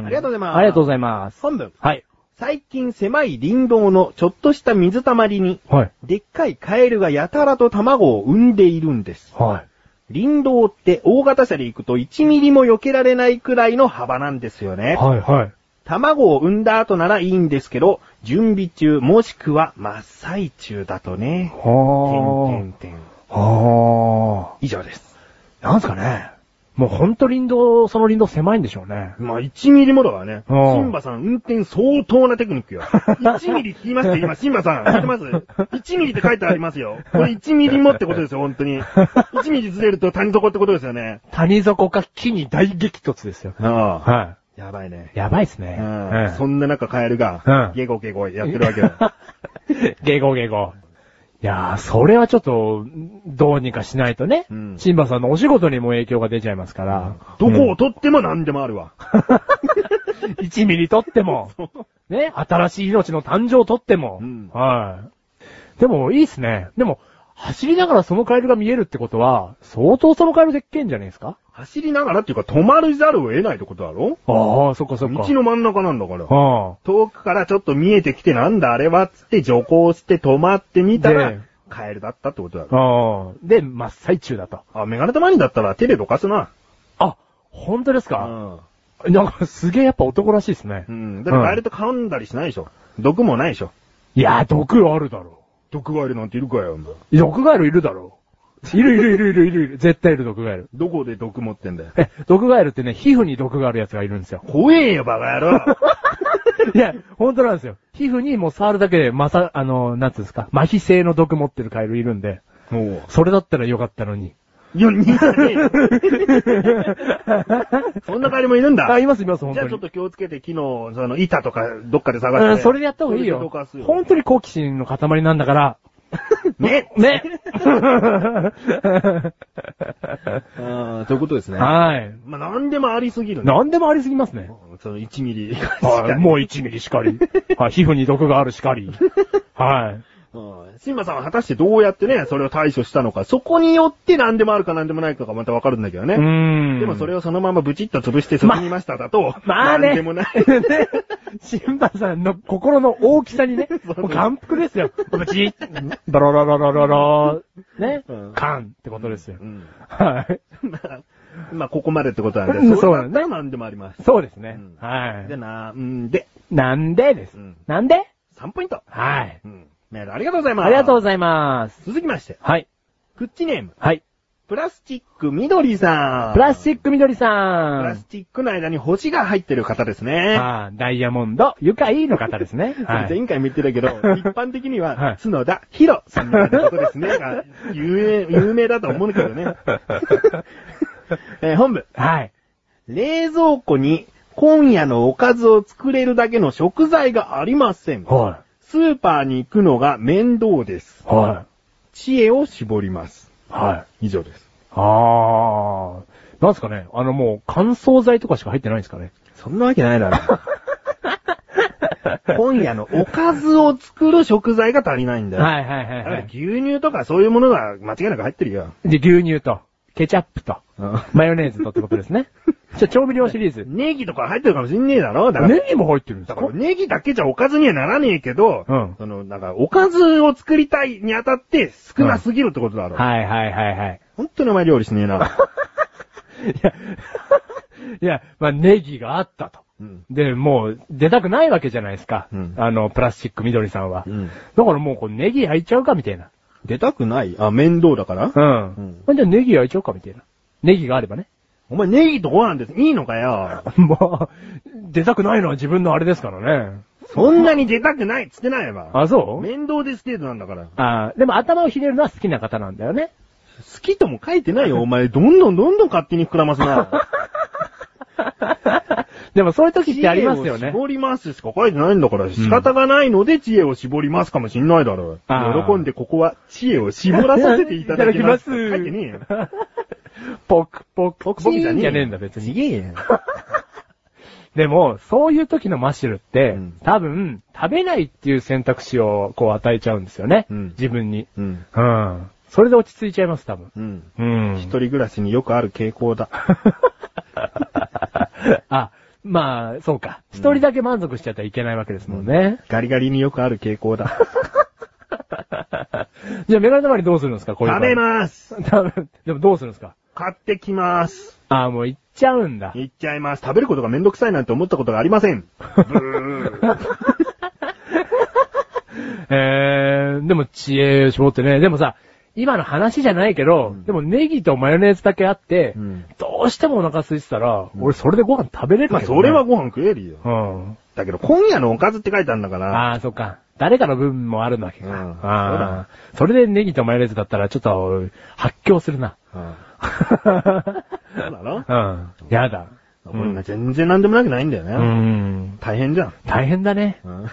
A: ん。
B: ありがとうございます
A: ありがとうございます。
B: 本文。
A: はい。
B: 最近狭い林道のちょっとした水たまりに、
A: はい。
B: でっかいカエルがやたらと卵を産んでいるんです。
A: はい。
B: 林道って大型車で行くと1ミリも避けられないくらいの幅なんですよね。
A: はい、はい。
B: 卵を産んだ後ならいいんですけど、準備中もしくは真っ最中だとね。
A: は
B: 点点点
A: あ。は
B: 以上です。
A: あ。なんすかね。もうほんと林道、その林道狭いんでしょうね。
B: まあ、1ミリもだわね。シ
A: うん
B: ンバさん、運転相当なテクニッ クよ。1ミリって言いましたよ、今、シンバさん。聞いてます ?1 ミリって書いてありますよ。これ1ミリもってことですよ、本当に。1ミリずれると谷底ってことですよね。
A: 谷底か木に大激突ですよ。
B: ああ。
A: は
B: やばいね。
A: い。やばいっすね。
B: うん。そんな中、カエルが
A: う、ん
B: ゲゴゲゴやってるわけよ。
A: ゲゴゲゴ。いやー、それはちょっと、どうにかしないとね。
B: うん
A: シンバさんのお仕事にも影響が出ちゃいますから。
B: どこを取っても何でもあるわ。
A: うん ?1 ミリ取って も、ね、新しい命の誕生を取っても。
B: うん
A: はい。でも、いいっすね。でも、走りながらそのカエルが見えるってことは、相当そのカエルでっけえんじゃないですか
B: 走りながらっていうか、止まるざるを得ないってことだろ
A: ああ、そっかそ
B: 道
A: っか。
B: の真ん中なんだから。
A: は
B: 遠くからちょっと見えてきてなんだあれはっつって徐行して止まってみたら
A: で、
B: カエルだったってことだ
A: あ。あ
B: ろ。
A: あ。で、真っ最中だと。
B: あ、メガネたまにだったら手でどかすな。
A: あ、本当です
B: う
A: か、
B: ん。
A: なんかすげえやっぱ男らしいですね。
B: うん。だからカエルと噛んだりしないでしょ。毒もないでしょ。
A: いやー、毒あるだろ。
B: 毒ガエルなんているかよ、お前
A: 毒ガエルいるだろ。いるいるいるいるいるいる。絶対いる毒ガエル。
B: どこで毒持ってんだよ。。
A: え、毒ガエルってね、皮膚に毒があるやつがいるんですよ
B: 怖えよ、バカ野郎。
A: いや、本当なんですよ。皮膚にもう触るだけで、まさ、あの、なんつうんですか、麻痺性の毒持ってるカエルいるんで、
B: も
A: それだったらよかったのに。
B: う。いや、逃がねえよ そんなカエルもいるんだ
A: あ、。いますいます、本
B: じゃ
A: 当
B: あちょっ
A: に。
B: と気をつけて、木の、その、板とか、どっかで探
A: う
B: し
A: ん、
B: て。
A: それでやった方がいい
B: それでど
A: よ
B: かす。
A: 本当に好奇心の塊なんだから。
B: ね
A: ね
B: あーということですね。
A: はい。
B: まあ、なんでもありすぎるね。
A: 何でもありすぎますね。
B: その1ミ リ。
A: はい、もう1ミリしかり。はい、皮膚に毒があるしかり。はい。
B: うんシンバさんは果たしてどうやってね、それを対処したのか、そこによって何でもあるか何でもないかがまたわかるんだけどね。
A: ん
B: でもそれをそのままブチッと潰して進みましただと、
A: まあね。
B: 何でもない。
A: ね。シンバさんの心の大きさにね、もう眼福ですよ。ブチッドロロロロロロね
B: うん。
A: カンってことですよ
B: う。ん
A: はい。
B: まあ、まあここまでってことなん
A: うん
B: で、
A: そう
B: な
A: だ
B: ん
A: ね
B: だったら何でもあります。
A: そうですね
B: うん。
A: は
B: で
A: い。
B: な、うんで、
A: なんでです
B: うん。
A: なんで
B: 3ポイント。
A: はい。
B: うん。メールありがとうございます。
A: ありがとうご
B: ざい
A: ざいます。
B: ます。続きまして、
A: はい。
B: クッチネーム、
A: はい。
B: プラスチックみどりさん。
A: プラスチ
B: ック。
A: ックみどり
B: プラ
A: さ
B: スチックの間に星が入ってる方です
A: ん。
B: ね。
A: ああ、ダイヤモンド、ゆかいの方ですね。は
B: それ
A: い。
B: 前回も言ってた けど、一般的に
A: は
B: は、
A: い
B: 角田博さんみたいなことです ね。が有名、有名だと思うんだけど ね。えー本部、
A: はい。
B: 冷蔵庫に今夜のおかずを作れるだけの食材がありません。
A: は
B: スーパーに行くのが面倒です
A: い。。は
B: 知恵を絞ります。
A: い。はい。
B: 以上です。
A: あー。なんすかねあのもう乾燥剤とかしか入ってないんですかね
B: そんなわけないだろ。 今夜のおかずを作る食材が足りないんだよ。
A: はいはいはい
B: だか
A: は
B: ら
A: い。
B: 牛乳とかそういうものが間違いなく入ってるよ。
A: で、牛乳と、ケチャップと、マヨネーズとってことです ね。じゃあ、調味料シリーズ。
B: ネギとか入ってるかもしんねえだろだから、
A: ネギも入ってるんです
B: だ
A: か
B: からネギだけじゃおかずにはならねえけど、
A: うん
B: その、なんか、おかずを作りたいにあたって少なすぎるってことだろ。
A: はいはいはいはい。
B: ほんとにお前料理しね えな。
A: いや、 いや、まあ、ネギがあったと。
B: うん。
A: で、もう、出たくないわけじゃないですか。
B: うん
A: あの、プラスチック緑さんは。
B: うん
A: だからもう、こうネギ焼いちゃうかみたいな。
B: 出たくないあ、面倒だから
A: うん。
B: うん
A: まあじゃあ、ネギ焼いちゃうかみたいな。ネギがあればね。
B: お前ネギとご飯です。いいのかよ。
A: まあ、出たくないのは自分のあれですからね。
B: そんなに出たくないっつってないわ。
A: あ、そう
B: 面倒です程度なんだから。
A: あでも頭をひねるのは好きな方なんだよね。
B: 好きとも書いてないよ。お前、どんどんどんどん勝手に膨らますな。
A: でもそういう時ってありますよ
B: 知恵を
A: ね。
B: 絞りますしか書いてないんだから、仕方がないので知恵を絞りますかもしんないだろ
A: あー
B: 喜んでここは知恵を絞らさせていただきます。書いてねえよ。
A: ポクポク。ポ
B: 僕じゃねえよ。
A: じゃねえんだ別に。
B: げえよ。
A: でも、そういう時のマッシュルって、
B: うん
A: 多分、食べないっていう選択肢をこう与えちゃうんですよね。
B: うん
A: 自分に。
B: うん。
A: うん。それで落ち着いちゃいます、多分。
B: うん。
A: うん。
B: 一人暮らしによくある傾向だ。
A: あ、まあ、そうか。一人だけ満足しちゃったらいけないわけですもんね。
B: ガリガリによくある傾向だ。
A: じゃあ、メガネたまりどうするんですかこういう
B: 食べます
A: す。多分 でもどうするんですか
B: 買ってきます
A: あ、もう行っちゃうんだ。
B: いっちゃいます。食べることがめんどくさいなんて思ったことがありません。ブー
A: えー、でも知恵を絞ってね。でもさ、今の話じゃないけど、でもネギとマヨネーズだけあって、
B: うん
A: どうしてもお腹空いてたら、俺それでご飯食べれるけど、
B: まあ、
A: ね。
B: それは、ご飯食えるよ。
A: うん。
B: だけど、今夜のおかずって書いてあるんだから、
A: ああ、そっか。誰かの分もあるんだけど。
B: うん
A: ああ。それでネギとマヨネーズだったら、ちょっと、発狂するな。
B: うん
A: う
B: そうだろ
A: ん。やだ。う
B: これが
A: ん。
B: 全然なんでもなくないんだよね。
A: うん。
B: 大変じゃん。
A: 大変だね。
B: うん
A: うん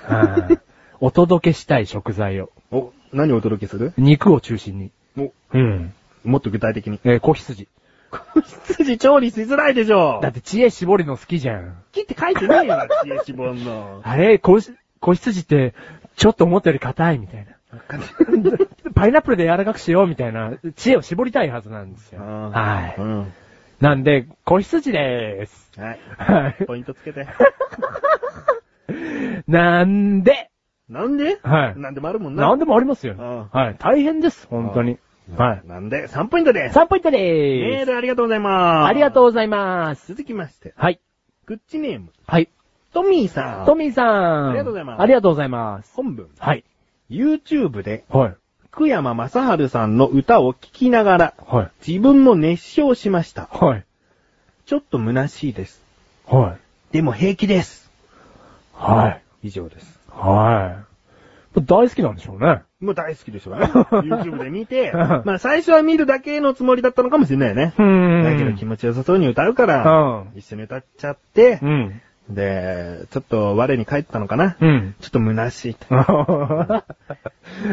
A: お届けしたい食材を。
B: お、何お届けする
A: 肉を中心に。
B: お、
A: うん。
B: もっと具体的に。
A: えー、子羊。
B: 羊調理しづらいでしょ
A: だって知恵絞るの好きじゃん。
B: 切って書いてないよ、 知恵絞んの。
A: あれ、子羊子羊って、ちょっと思ったより硬いみたい な。パイナップルで柔らかくしようみたいな、知恵を絞りたいはずなんですよ。は
B: う
A: い。
B: ん。
A: なんで、子羊でーす。
B: はい。
A: はい。
B: ポイントつ けて。
A: なんで、
B: なんで
A: はい
B: なんでもあるもんな。
A: なんでもありますよ
B: ん。
A: はい。大変です、本当に。はい。
B: なんで、3ポイントです。
A: 3ポイント
B: メ
A: でー
B: ー
A: す。
B: ルありがとうございます。
A: ありがとうございます。
B: 続きまして、
A: はい。
B: グッチネーム、
A: はい。
B: トミーさん。
A: トミーさん。
B: ありがとうございます
A: ありがとうございます。
B: 本文、
A: はい。
B: YouTube で、
A: はい。
B: 福山雅治さんの歌を聴きながら、
A: はい。
B: 自分も熱唱しました。
A: はい。
B: ちょっと虚しいです。
A: はい。
B: でも平気です。
A: はい。
B: 以上です。
A: はい。大好きなんでしょうね。
B: もう大好きでしょ うね。YouTube で見て、まあ最初は見るだけのつもりだったのかもしれないよね。
A: うーん
B: だけど気持ちよさそうに歌うから、
A: う
B: 一緒に歌っちゃって、
A: ん。うん。
B: で、ちょっと我に返ったのかな。
A: うん。
B: ちょっと虚しいと。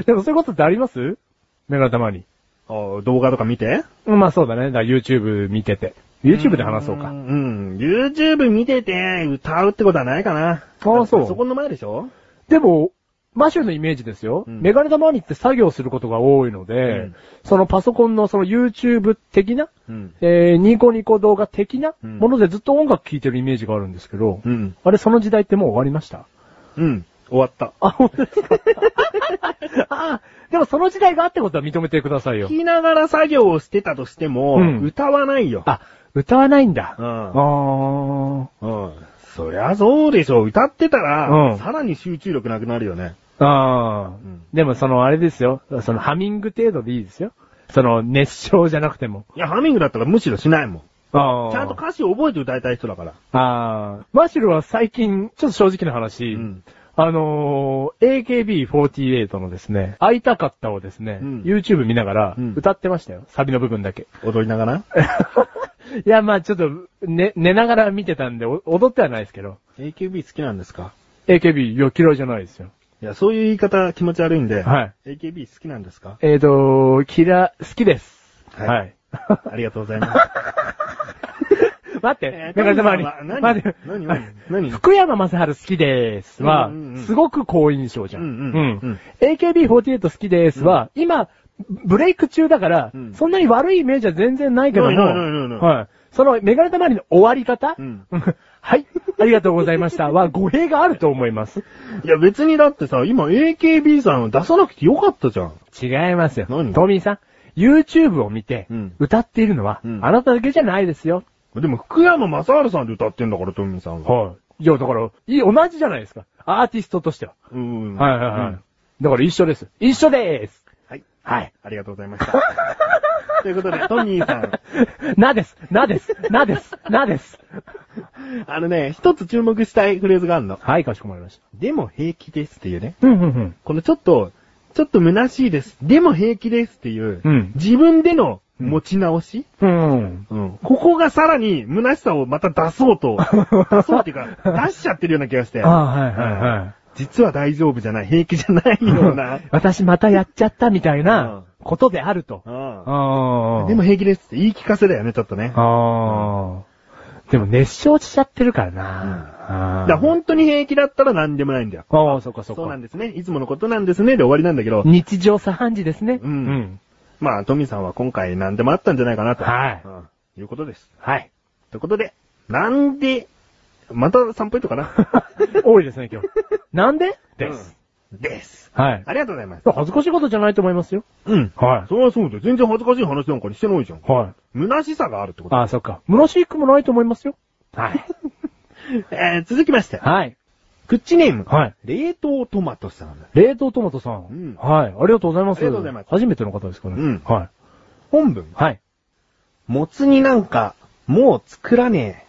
A: でもそういうことってあります目がたまに。
B: あ動画とか見て
A: うんまあそうだね。だから YouTube 見てて。YouTube で話そう
B: う
A: か。
B: ん。うん YouTube 見てて歌うってことはないかな。
A: ああそう
B: パソコンの前でしょ
A: でも、マシューのイメージですよ。
B: うん
A: メガネタ周りって作業することが多いので、
B: うん
A: そのパソコンのその YouTube 的な、
B: うん。
A: えー、ニコニコ動画的な
B: うん
A: ものでずっと音楽聴いてるイメージがあるんですけど、
B: うん。
A: あれその時代ってもう終わりました
B: うん。終わった。
A: あ、本当ですかあーでもその時代があってことは認めてくださいよ
B: 聞。きながら作業をしてたとしても、
A: うん
B: 歌わないよ。
A: あ、歌わないんだ。
B: う
A: あ
B: ん。
A: ー
B: うん。そりゃそうでしょ。歌ってたら、
A: うん
B: さらに集中力なくなるよね。
A: あー
B: うん
A: でもそのあれですよ。そのハミング程度でいいですよ。その熱唱じゃなくても。
B: いや、ハミングだったらむしろしないもん。
A: あ
B: ちゃんと歌詞を覚えて歌いたい人だから。
A: ああ、マシュルは最近、ちょっと正直な話、
B: うん
A: あのー、AKB48 のですね、会いたかったをですね、
B: うん
A: YouTube 見ながら
B: うん
A: 歌ってましたよ。サビの部分 だけ。
B: 踊りながら。
A: いや、まあちょっと、ね、寝ながら見てたんで、お踊ってはないですけど、
B: AKB 好きなんですか
A: AKB、よ、嫌いじゃないですよ。
B: いや、そういう言い方気持ち悪いんで。。
A: はい
B: AKB 好きなんですか
A: えーと、嫌、好きです。
B: はい
A: はい。
B: ありがとうござ います。
A: 待って、メガネたまり。
B: 何
A: 待って、
B: 何何何
A: 福山雅治好きですは
B: うんうんうん、
A: すごく好印象じゃん。
B: うんうんうん
A: AKB48 好きですは、今、ブレイク中だから
B: うん、
A: そんなに悪いイメージは全然ないけども、
B: ないないないない
A: はい。そのメガネたまりの終わり方
B: うん
A: はい、ありがとうございましたは、語弊があると思います。
B: いや、別にだってさ、今 AKB さんを出さなくてよかったじゃん。
A: 違いますよ。
B: 何
A: トミーさん、YouTube を見て
B: うん、
A: 歌っているのは、
B: うん
A: あなただけじゃないですよ。
B: でも、福山雅治さんで歌ってんだから、トミーさんは。
A: はい。いや、だから、いい、同じじゃないですか。アーティストとしては。
B: うん
A: はいはいはい。だから一緒です。一緒でーす。
B: はい。
A: はい。
B: ありがとうございました。 ということで、トミーさん。
A: なです。なです。なです。なです。
B: あのね、一つ注目したいフレーズがあるの。
A: はい、かしこまりまし
B: でも平気ですっていうね。
A: た。うん、うん、
B: このちょっと、ちょっと虚しいです。でも平気ですっていう、
A: うん
B: 自分での持ち直し、
A: うん。うん。
B: ここがさらに虚しさをまた出そう と、出そうっていうか、出しちゃってるような気がして。
A: ああ、はい、はい、はい。
B: 実は大丈夫じゃない、平気じゃないような。
A: 私またやっちゃったみたいなことであると。
B: う
A: あ
B: ん
A: あ。
B: でも、平気ですって言い聞かせだよね、ちょっとね。
A: ああ。でも熱唱しちゃってるから
B: だ
A: な。
B: から本当に平気だったら何でもないんだよ。
A: ああ、そっかそっ
B: そうなん
A: か。
B: ですね。いつものことなんですね。で終わりなんだけど、
A: 日常茶飯事ですね。
B: うんまあ、トミーさんは今回何でもあったんじゃないかなと。
A: はい
B: うんいうことです。
A: はい。
B: ということで、なんで、また3ポイントかな
A: 多いですね、今日。 なんで です。
B: うん。です。
A: はい。
B: ありがとうございます。
A: 恥ずかしいことじゃないと思いますよ。
B: うん。
A: は
B: それはそうだよ。全然恥ずかしい話なんかにしてないじゃん。
A: い。はい。
B: 虚しさがあるってこと。
A: ああ、そっか。虚しくもないと思いますよ。はい。
B: えー、続きまして。
A: はい。
B: クッチネーム。
A: はい。
B: 冷凍トマトさん。
A: 冷凍トマトさん。
B: うん
A: はい。ありがとうございます。
B: ありがとうございます
A: 初めての方ですかね。
B: うん
A: はい。
B: 本文。
A: はい。
B: もつになんか、もう作らね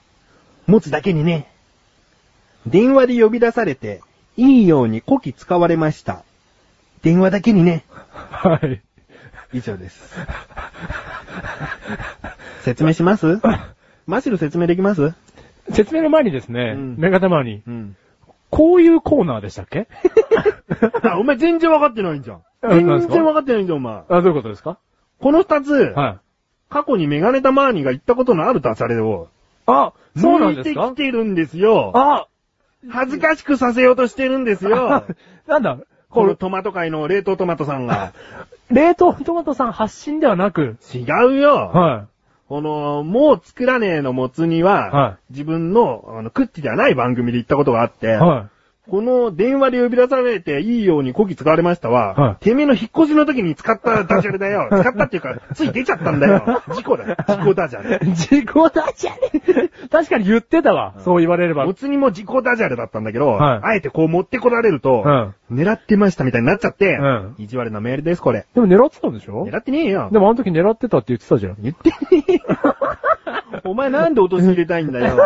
B: え。もつだけにね。電話で呼び出されて、いいようにこき使われました。電話だけにね。
A: はい。
B: 以上です。説明しますマシル説明できます
A: 説明の前にですね、
B: うん
A: 目方前に、
B: うん。
A: こういうコーナーでしたっ け
B: あ、 お前全然わかってないんじゃん。
A: え何です
B: 全
A: か
B: 然わかってないんじゃん、お前。
A: あ、どういうことですか
B: この二つ、
A: はい。
B: 過去にメガネタマーニが言ったことのあるダジャレを、
A: あ、そうなんです
B: 抜い
A: か
B: てきてるんですよ。
A: あ、
B: 恥ずかしくさせようとしてるんですよ
A: あ。なんだ、
B: こ
A: こ
B: の
A: れ、
B: トマト界の冷凍トマトさ んが。
A: 冷凍トマトさん発信ではなく、
B: 違うよ。
A: は
B: この、もう作らねえのもつ煮は、
A: は
B: 自分の、あの、クッチではない番組で言ったことがあって、
A: い。は
B: この電話で呼び出されていいようにこき使われましたは、
A: はい
B: てめえの引っ越しの時に使ったダジャレだ よ。使ったっていうか、つい出ちゃったんだよ。事故だ。事故ダジャレ。
A: い。 自己ダジャレ 確かに言ってたわ。そう言われれば
B: も。つ煮も事故ダジャレだったんだけど、
A: はい
B: あえてこう持ってこられると、
A: う
B: 狙ってましたみたいになっちゃって、
A: うん
B: 意地悪なメールです、これ。
A: でも狙ってたんでしょ
B: 狙ってねえよ。
A: でもあの時狙ってたって言ってたじゃん。
B: 言ってねえよ。お前なんで落とし入れたいんだ よ。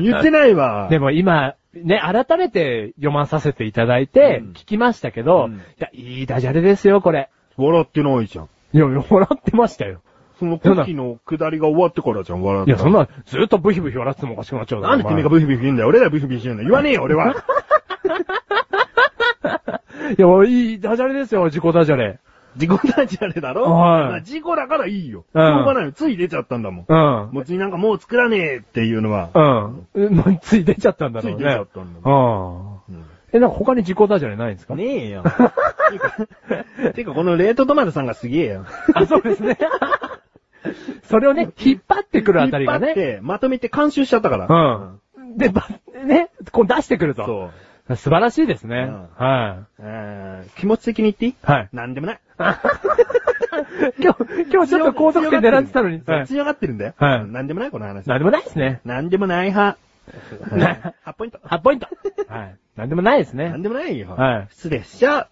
B: 言ってないわ。
A: でも今、ね、改めて読まさせていただいて
B: うん、
A: 聞きましたけど、
B: うん
A: いや、いいダジャレですよ、これ。
B: 笑ってないじゃん。
A: いや、笑ってましたよ。
B: そのコキの下りが終わってからじゃん、笑っ
A: い
B: て。
A: や、そんな、ずっとブヒブヒ笑っててもおかしくなっちゃう
B: なんで君が
A: ブ
B: ブヒブヒ言うんだよ。俺らブヒブヒ言うんだよ。言わねえよ、俺は。
A: ヒいや、いいダジャレですよ、自己ダジャレ。
B: 事故なんじゃねえだろ
A: はい
B: まあ事故だからいいよ。しょう
A: うん
B: がないよ。つい出ちゃったんだもん。
A: うん。
B: もう次なんかもう作らねえっていうのは。
A: うん。もうつい出ちゃったんだろうね。
B: つい出ちゃったんだ
A: うん。
B: うん
A: え、なんか他に自己ダジャレないんですか
B: ねえよ。てい うか、てかこのレートトマトさんがすげえよ。
A: あ、そうです ね。それをね、引っ張ってくるあたりが
B: 引っ張っ
A: ね。
B: て、まとめて監修しちゃったから。
A: うん。で、ば、ね、こう出してくると。
B: そう。
A: 素晴らしいですね。
B: うん
A: は
B: えー気持ち的に言っていい
A: い。 はい。
B: なんでもない。
A: 今日、今日ちょっと高得点狙ってたのに。はい
B: 強がってるんだよ。
A: はい
B: うんなんでもない、この話。
A: なんでもないですね。
B: なんでもない派。
A: い
B: 8ポイント。
A: 8ポイント。はい。なんでもないです
B: な
A: ね
B: ん。でもないよ。
A: はい
B: 失礼しちゃう。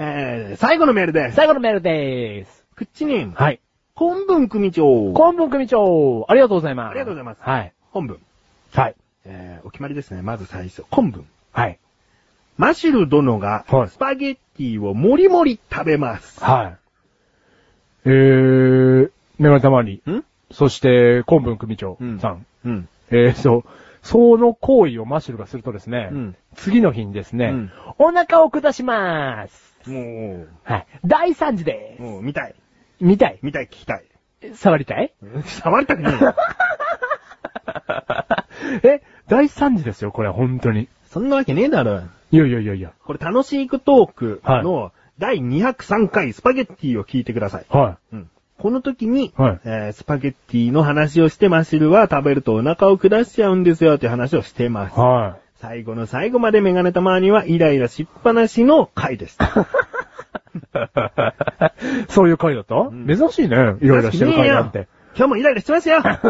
B: えー最後のメールです。
A: 最後のメールでーす。
B: くっちにん、
A: はい。
B: 本文組長。
A: 本文組長、ありがとうございます。
B: ありがとうございます
A: はい。
B: 本文。
A: はい。
B: えーお決まりですね。まず最初。本文。
A: はい。
B: マシル殿が
A: はい、
B: スパゲッティをもりもり食べます。
A: はい。えー、メガネたまに、
B: ん
A: そして、本文組長
B: うん
A: さん。
B: うん。
A: えー、そう。その行為をマシュルがするとですね、
B: うん
A: 次の日にですね、
B: うん
A: お腹を下しまーす。
B: も
A: はい。第3次で
B: う、もう、見たい。
A: す。見たい
B: 見たい、聞きたい。
A: 触りたい
B: 触りたくない。
A: え、第3次ですよ、これ、本当に。
B: そんなわけねえだろ。
A: いやいやいやいや。
B: これ、楽しいクトークの第203回スパゲッティを聞いてください。
A: は
B: うんこの時に、
A: はい
B: えースパゲッティの話をしてマシルは食べるとお腹を下しちゃうんですよって話をしてま
A: い。
B: す。
A: は
B: 最後の最後までメガネたまにはイライラしっぱなしの回でした。
A: い。そういう回だった、
B: ん
A: 珍しいね。いろいろしてる回なんて。
B: 今日もイライラし てますよいら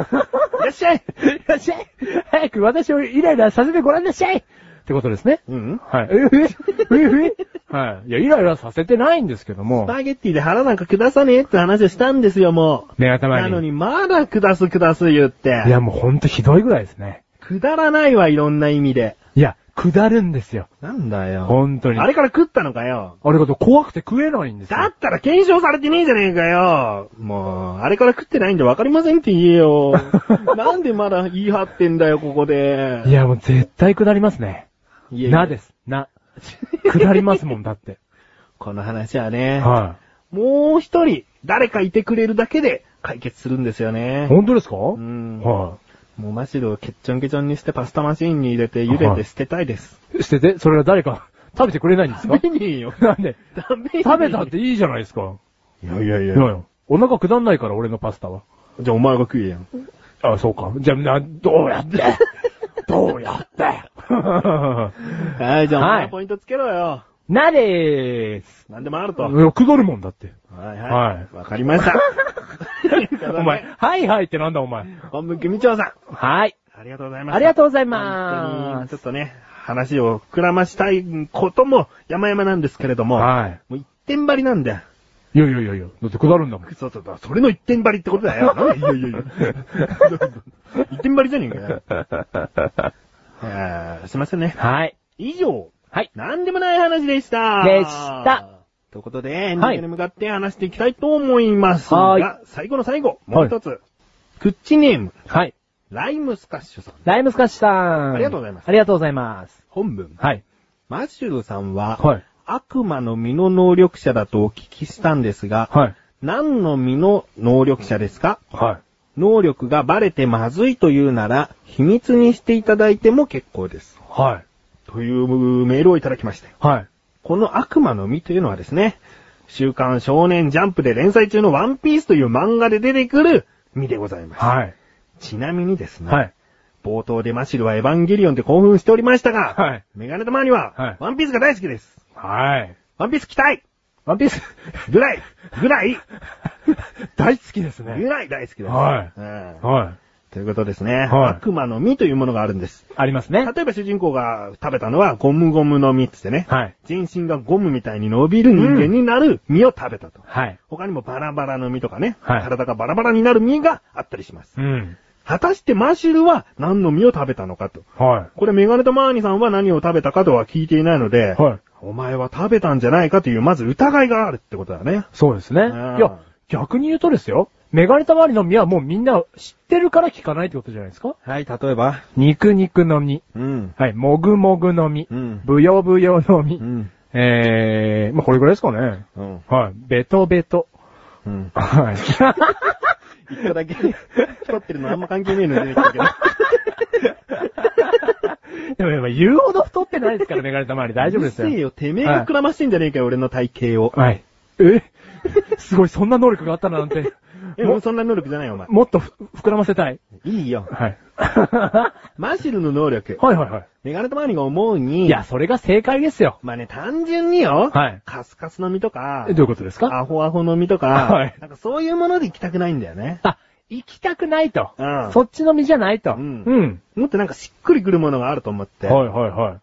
B: っしゃい
A: いらっしゃい早く私をイライラさせてごらんなさいってことですね。
B: うん
A: はい。え、え、え、え、はい。いや、イライラさせてないんですけども
B: ス。パゲッティで腹なんか下さねえって話をしたんですよ、もう。
A: ね頭に。
B: なのにまだ下す下す言って。
A: いや、もうほんとひどいぐらいですね。
B: 下らないわ、いろんな意味で。
A: いや、下るんですよ。
B: なんだよ
A: ほんとに。
B: あれから食ったのかよ。
A: あれが怖くて食えないんですよ。
B: だったら検証されてねえじゃねえかよ。もう、あれから食ってないんでわかりませんって言 えよ。なんでまだ言い張ってんだよ、ここで。
A: いや、もう絶対下りますね。
B: いや、。
A: なですす。な。下りますもんだ って。
B: この話はね、
A: は
B: もう一人、誰かいてくれるだけで解決するんですよ
A: い。
B: ね。
A: 本当ですか
B: う
A: は
B: ん。もうマシルをケッチョンケチョンにしてパスタマシーンに入れて茹で
A: はい
B: て捨てたいです。
A: い。してて、それは誰か食べてくれないんですか
B: 食べねえよ。
A: なんで
B: ダメ
A: 食べたっていいじゃないですか。
B: いやいやい
A: いや
B: や
A: い。や。お腹下んないから、俺のパスタは。
B: じゃあお前が食えやん。
A: あそうか。じゃあ、な、どうや ってどうやって
B: はい、じゃあお
A: は
B: 前
A: い
B: ポイントつけろよ。
A: なでーす。
B: なんでもあると。はい
A: いや下るもんだって。
B: はい。
A: はい
B: わかり ました。
A: お前、はいはいってなんだお前。
B: 本文組長さん。
A: はい。
B: ありがとうございます。
A: ありがとうござい
B: 本当
A: ま
B: にち
A: す
B: ょっ。とね、話を膨らましたいことも山々なんですけれども、
A: は
B: もう一点張りなんだよ。
A: い。いやいやいやいや、だって下るんだもん。
B: そうそうそう、それの一点張りってことだ よ。なんでいやいやいや。 一点張りじゃねえ かよ。あーすいませんね。
A: はい。
B: 以上、
A: はい。
B: なんでもない話でした。
A: でした。
B: ということで、エンディングに向かって話していきたいと思いますが、
A: はい
B: 最後の最後、もう一つ、クッチネーム、
A: はい。
B: ライムスカッシュさん、
A: ライムスカッシュさん。
B: ありがとうございます
A: ありがとうございます。
B: 本文、
A: はい。
B: マッシュルさんは、
A: はい。
B: 悪魔の身の能力者だとお聞きしたんですが、
A: はい。
B: 何の身の能力者ですか
A: はい。
B: 能力がバレてまずいというなら、秘密にしていただいても結構です。
A: はい。
B: というメールをいただきましたよ。
A: はい。
B: この悪魔の実というのはですね、週刊少年ジャンプで連載中のワンピースという漫画で出てくる実でございます。
A: はい。
B: ちなみにですね、
A: はい。
B: 冒頭でマシルはエヴァンゲリオンで興奮しておりましたが、
A: はい
B: メガネ玉には、
A: はい
B: ワンピースが大好きです。
A: はい。
B: ワンピース着たい
A: ワンピース、
B: ぐらいぐらい
A: 大好きです
B: ぐ
A: ね。
B: らい大好きです。
A: はい
B: うん
A: はい。
B: ということですね。
A: はい
B: 悪魔の実というものがあるんです。
A: ありますね。
B: 例えば主人公が食べたのはゴムゴムの実っつってね。
A: はい。
B: 全身がゴムみたいに伸びる人間になる実を食べたと。
A: はい。
B: 他にもバラバラの実とかね。
A: はい
B: 体がバラバラになる実があったりします。
A: うん。
B: 果たしてマシュルは何の実を食べたのかと。
A: は
B: これメガネとマーニさんは何を食べたかとは聞いていないので、
A: はい。
B: お前は食べたんじゃないかというまず疑いがあるってことだね。
A: そうですね。い
B: ん
A: や、逆に言うとですよ。メガネたまりの実はもうみんな知ってるから聞かないってことじゃないですか
B: はい、例えば。
A: 肉肉の実。
B: うん。
A: はい。もぐもぐの実
B: う。ん。
A: ぶよぶよの実。
B: ん。
A: えー、まあ、これぐらいですかね。
B: うん。
A: はい。ベトベト。
B: うん。
A: はい。
B: 一個だ け、太ってるのあんま関係ねえのに出てきたけど。
A: でもやっぱ言うほど太ってないですから、メガネたまわり。大丈夫です
B: うるせえ
A: よ。
B: よ、てめえが膨らましてんじゃねえかよ、俺の体型を。
A: はい。え すごい、そんな能力があったなんて。
B: え、もうそんな能力じゃないよ、お前。
A: もっとふ膨らませたい。
B: いいよ。
A: はい。
B: マシルの能力。
A: はいはいは
B: メガネとマリが思う
A: い。
B: に、
A: いや、それが正解ですよ。
B: まあね、単純によ、
A: はい
B: カスカスの実とか
A: え、どういうことですか
B: アホアホの実とか、
A: はい
B: なんかそういうもので行きたくないんだよね。
A: あ、行きたくないと。
B: うん
A: そっちの身じゃないと。
B: うん
A: うん。
B: もっとなんかしっくりくるものがあると思って。
A: はいはいはい。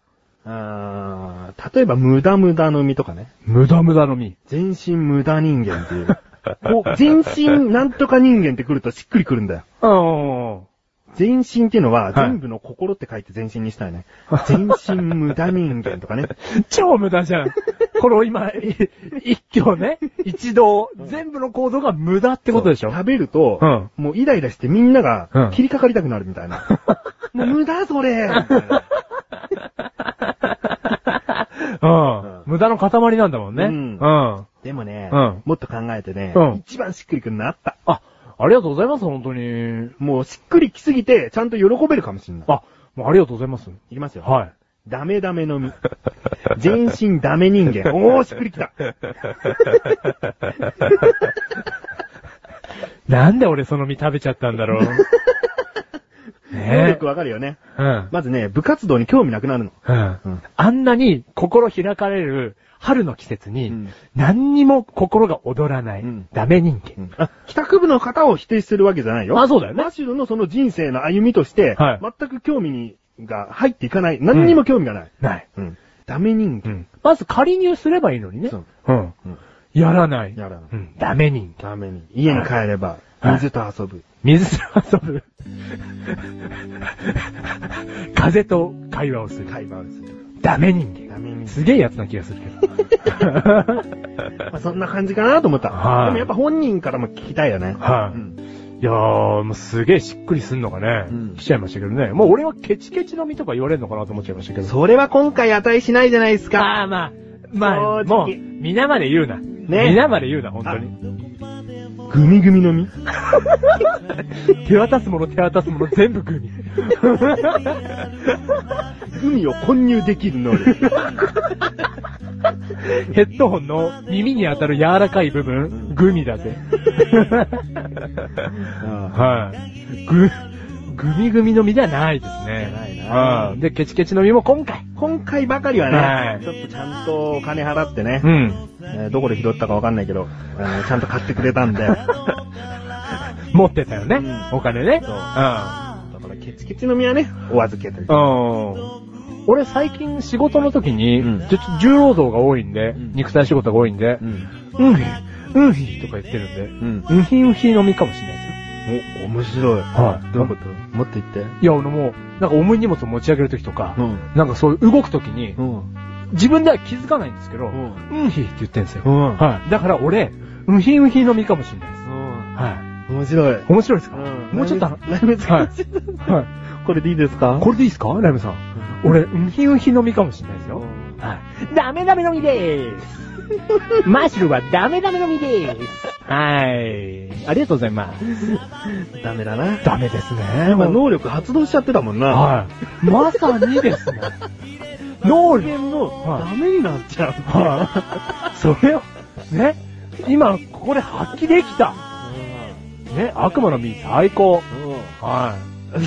B: あー例えば、無駄無駄の実とかね。
A: 無駄無駄の身。
B: 全身無駄人間っ ていう。こう全身なんとか人間ってくるとしっくりくるんだよ。
A: うん。
B: 全身っていうのは、
A: はい
B: 全部の心って書いて全身にしたいね。全身無駄人 間とかね。
A: 超無駄じゃん。これを今、い一挙ね、一動、全部の行動が無駄ってことでしょ
B: そう食べると、
A: うん
B: もうイライラしてみんな
A: うん
B: が、切りかかりたくなるみた いな。もう無駄それみたいな
A: うん。無駄の塊なんだもんね。
B: うん
A: うん。
B: でもね、
A: うん
B: もっと考えてね、
A: うん
B: 一番しっくりくるのあった。
A: あ、ありがとうございます、本当に。
B: もうしっくりきすぎて、ちゃんと喜べるかもしんない。
A: あ、もうありがとうございます。
B: いきますよ。
A: はい。
B: ダメダメの実。全身ダメ人 間。おー、しっくりきた。
A: なんで俺その身食べちゃったんだろう。
B: 能
A: ね
B: 力わかるよね。
A: え。うん。
B: まずね、部活動に興味なくなるの。
A: うん
B: うん
A: あんなに心開かれる春の季節に、
B: うん
A: 何にも心が躍らない、
B: うん
A: ダメ人間。
B: あ、帰宅部の方を否定するわけじゃないよ。
A: あそうだよね
B: マシュルのその人生の歩みとして、
A: はい
B: 全く興味に、が入っていかない。何にも興味がない。
A: ない。
B: うん。ダメ人間。
A: まず仮入すればいいのにね。
B: そう
A: うん。
B: うん
A: やらない。
B: やらない
A: うん。ダメ人間。
B: ダメ人間。家に帰れば、
A: はい
B: 水と遊ぶ。
A: 水と遊ぶ。風と会話をする。
B: 会話をする。
A: ダメ人間。
B: ダメ人
A: すげえやつな気がするけど。
B: 間。まあ、そんな感じかなと思った。
A: はい
B: でもやっぱ本人からも聞きたいよね。
A: はい
B: うん
A: いやー、もうすげえしっくりすんのかね。
B: うん
A: 来ちゃいましたけどね。もう俺はケチケチの実とか言われるのかなと思っちゃいましたけど。
B: それは今回値しないじゃないですか。
A: まあまあ、まあ、
B: 正直
A: もう、皆まで言うな。ね
B: ね
A: 皆まで言うな、本当に。
B: グミグミの実
A: 手渡すもの手渡すもの全部グミ。
B: グミを混入できる能力。
A: ヘッドホンの耳に当たる柔らかい部分、グミだぜ。 はい。グ、グミグミの実ではないですね。
B: じゃないな
A: うんで、ケチケチの実も今回。
B: 今回ばかりはね、
A: はい
B: ちょっとちゃんとお金払ってね、
A: ん。
B: えーどこで拾ったかわかんないけど、あのちゃんと買ってくれたん で、だか
A: 持ってたよね。
B: うん
A: お金ね。
B: そう
A: う
B: らケチケチの実はね、お預けという。
A: ん。うん。俺最近仕事の時に、
B: うん
A: ちょっと重労働が多いんで、
B: ん
A: 肉体仕事が多いんで
B: う、ん。
A: うんひ、うんひとか言ってるんで、
B: うん。
A: うんひうんひの実かもしれないですよ。
B: お、面白い。
A: はい
B: どういうこともっと言って。
A: いや、俺もう、なんか重い荷物を持ち上げる時とか、
B: ん。
A: なんかそういう動く時に、
B: うん。
A: 自分では気づかないんですけど、うん、
B: ん。
A: ひって言ってんですよ。
B: うん。
A: はい。だから俺、うんひうんひの実かもしれないです。は
B: 面白い。
A: い。面白いですか、もうちょっと、は
B: ライブ使
A: はい
B: ってた
A: い。
B: これでいいですか
A: これでいいですかライムさん。俺、うんひうんひの実かもしれないですよ。はい。ダメダメの実でーす。マッシュルはダメダメの実でーす。はい。ありがとうございます。
B: ダメだな。
A: ダメですね。
B: 今能力発動しちゃってたもんな。
A: はい。まさにです ね。能力
B: も
A: は
B: う
A: い
B: ダメになっちゃう。
A: はい。 それを、ね、今、ここで発揮できた。ね、悪魔の実最高。はい。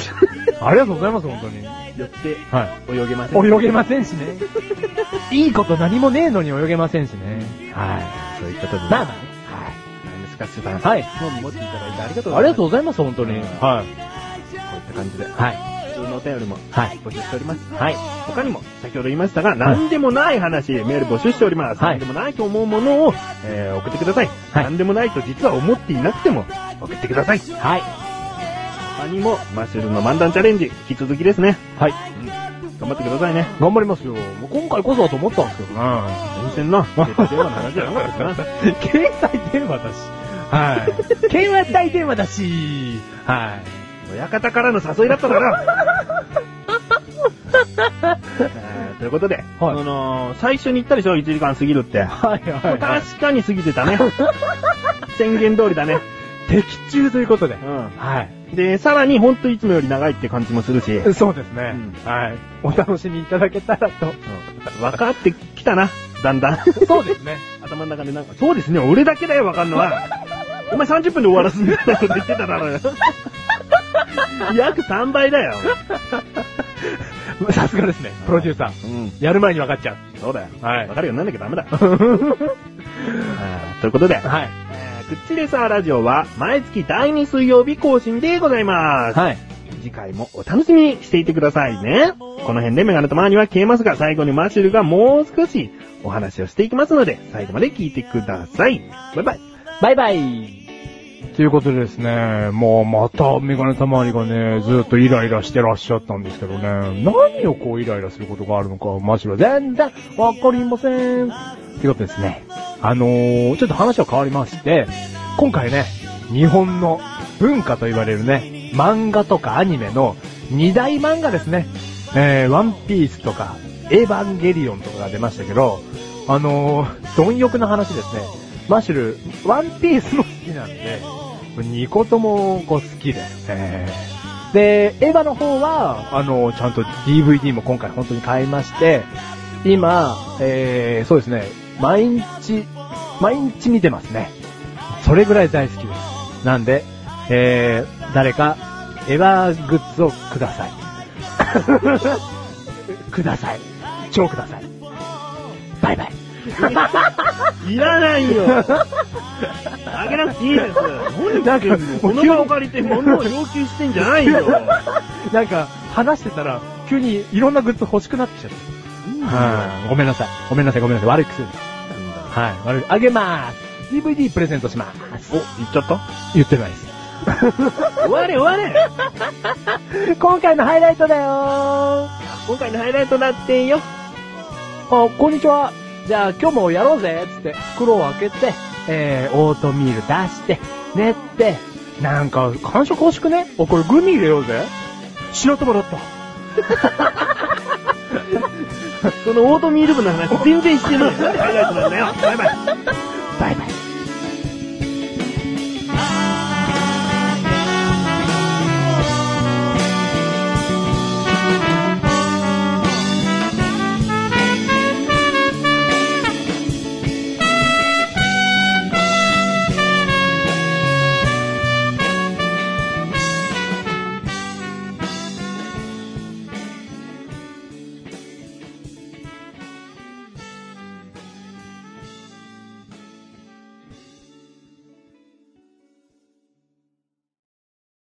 A: ありがとうございます、本当に。
B: 寄って
A: は
B: 泳げません。
A: い。泳げませんし ね。いいこと何もねえのに泳げませんしね。は
B: そういうことで。
A: い。まあまあね。
B: スカッシュさん。
A: はい。はい。
B: 本持っていただいてありがとうございます。
A: ありがとう
B: う。
A: ございます、本当に。は
B: こういった感じで、
A: い。はい。
B: 普通のお便りも
A: はい。
B: 募集しております。
A: はい。
B: 他にも、先ほど言いましたが、何でもない話、メール募集しております。
A: はい
B: 何でもないと思うものを、えー送ってください。
A: はい
B: 何でもないと実は思っていなくても、送ってください。
A: はい。
B: 他にも、マッシュルの漫談チャレンジ、引き続きですね。
A: はい。
B: 頑張ってくださいね。
A: 頑張りますよ。もう今回こそはと思ったんですけどな。
B: 全然 な、携帯電話の話じゃなかったですな。
A: 携帯電話だし。はい。 携帯電話だし。はい。
B: 親方からの誘いだったから ということで、
A: はい
B: その、最初に言ったでしょ ?1 時間過ぎるって。
A: はいはい、
B: 確かに過ぎてたね。宣言通りだね。
A: 的中ということで。
B: う
A: はい。
B: ん。で、さらにほんといつもより長いって感じもするし。うん。
A: そうですね。
B: うん
A: はい。お楽しみいただけたらと。
B: 分かってきたな。だんだん。
A: そうですね。
B: 頭の中でなんか、そうですね、俺だけだよ、わかんのは。お前30分で終わらすんだよって言ってただろう よ。約3倍だよ。
A: さすがですね。プロデューサー。
B: うん。
A: やる前に分かっちゃう。
B: そうだよ。
A: はい
B: わかるようになんなきゃ ダメだ。あーということで、
A: はい。
B: えーくっちレサーラジオは毎月第2水曜日更新でございます。
A: はい。
B: 次回もお楽しみにしていてくださいね。この辺でメガネとマーニは消えますが、最後にマシュルがもう少しお話をしていきますので、最後まで聞いてください。バイバイ。
A: バイバイということでですね、もうまたメガネたまわりがね、ずっとイライラしてらっしゃったんですけどね、何をこうイライラすることがあるのか、マジで全然わかりません。ということですね、あのー、ちょっと話は変わりまして、今回ね、日本の文化と言われるね、漫画とかアニメの二大漫画ですね、えー、ワンピースとか、エヴァンゲリオンとかが出ましたけど、あのー、貪欲な話ですね。マッシュル、ワンピースも好きなんで、2個ともこう好きですね。で、エヴァの方は、あのー、ちゃんと DVD も今回本当に買いまして、今、えー、そうですね、毎日、毎日見てますね。それぐらい大好きです。なんで、えー、誰か、エヴァグッズをください。 ください。超ください。バイバイ。
B: いらないよ。あげなくていいです。何だけこの場を借りて物を要求してんじゃない よ。
A: なんか、話してたら、急にいろんなグッズ欲しくなってきちゃっ
B: うん
A: た。はい。ごめんなさい。ごめんなさい、ごめんなさい。悪い癖です。はい。悪い。あげまーす。DVD プレゼントしまーす。
B: お、言っちゃった
A: 言ってないです。
B: 終われ終われ
A: 今回のハイライトだよー。
B: 今回のハイライトだってよ。
A: あ、こんにちは。じゃあ今日もやろうぜつって、袋を開けて、えー、オートミール出して、練って、なんか、感触欲しくねお、これグミ入れようぜ。白玉だった。
B: そのオートミール部の話全然してない。なんでハイライトなんだよ。バイバイ。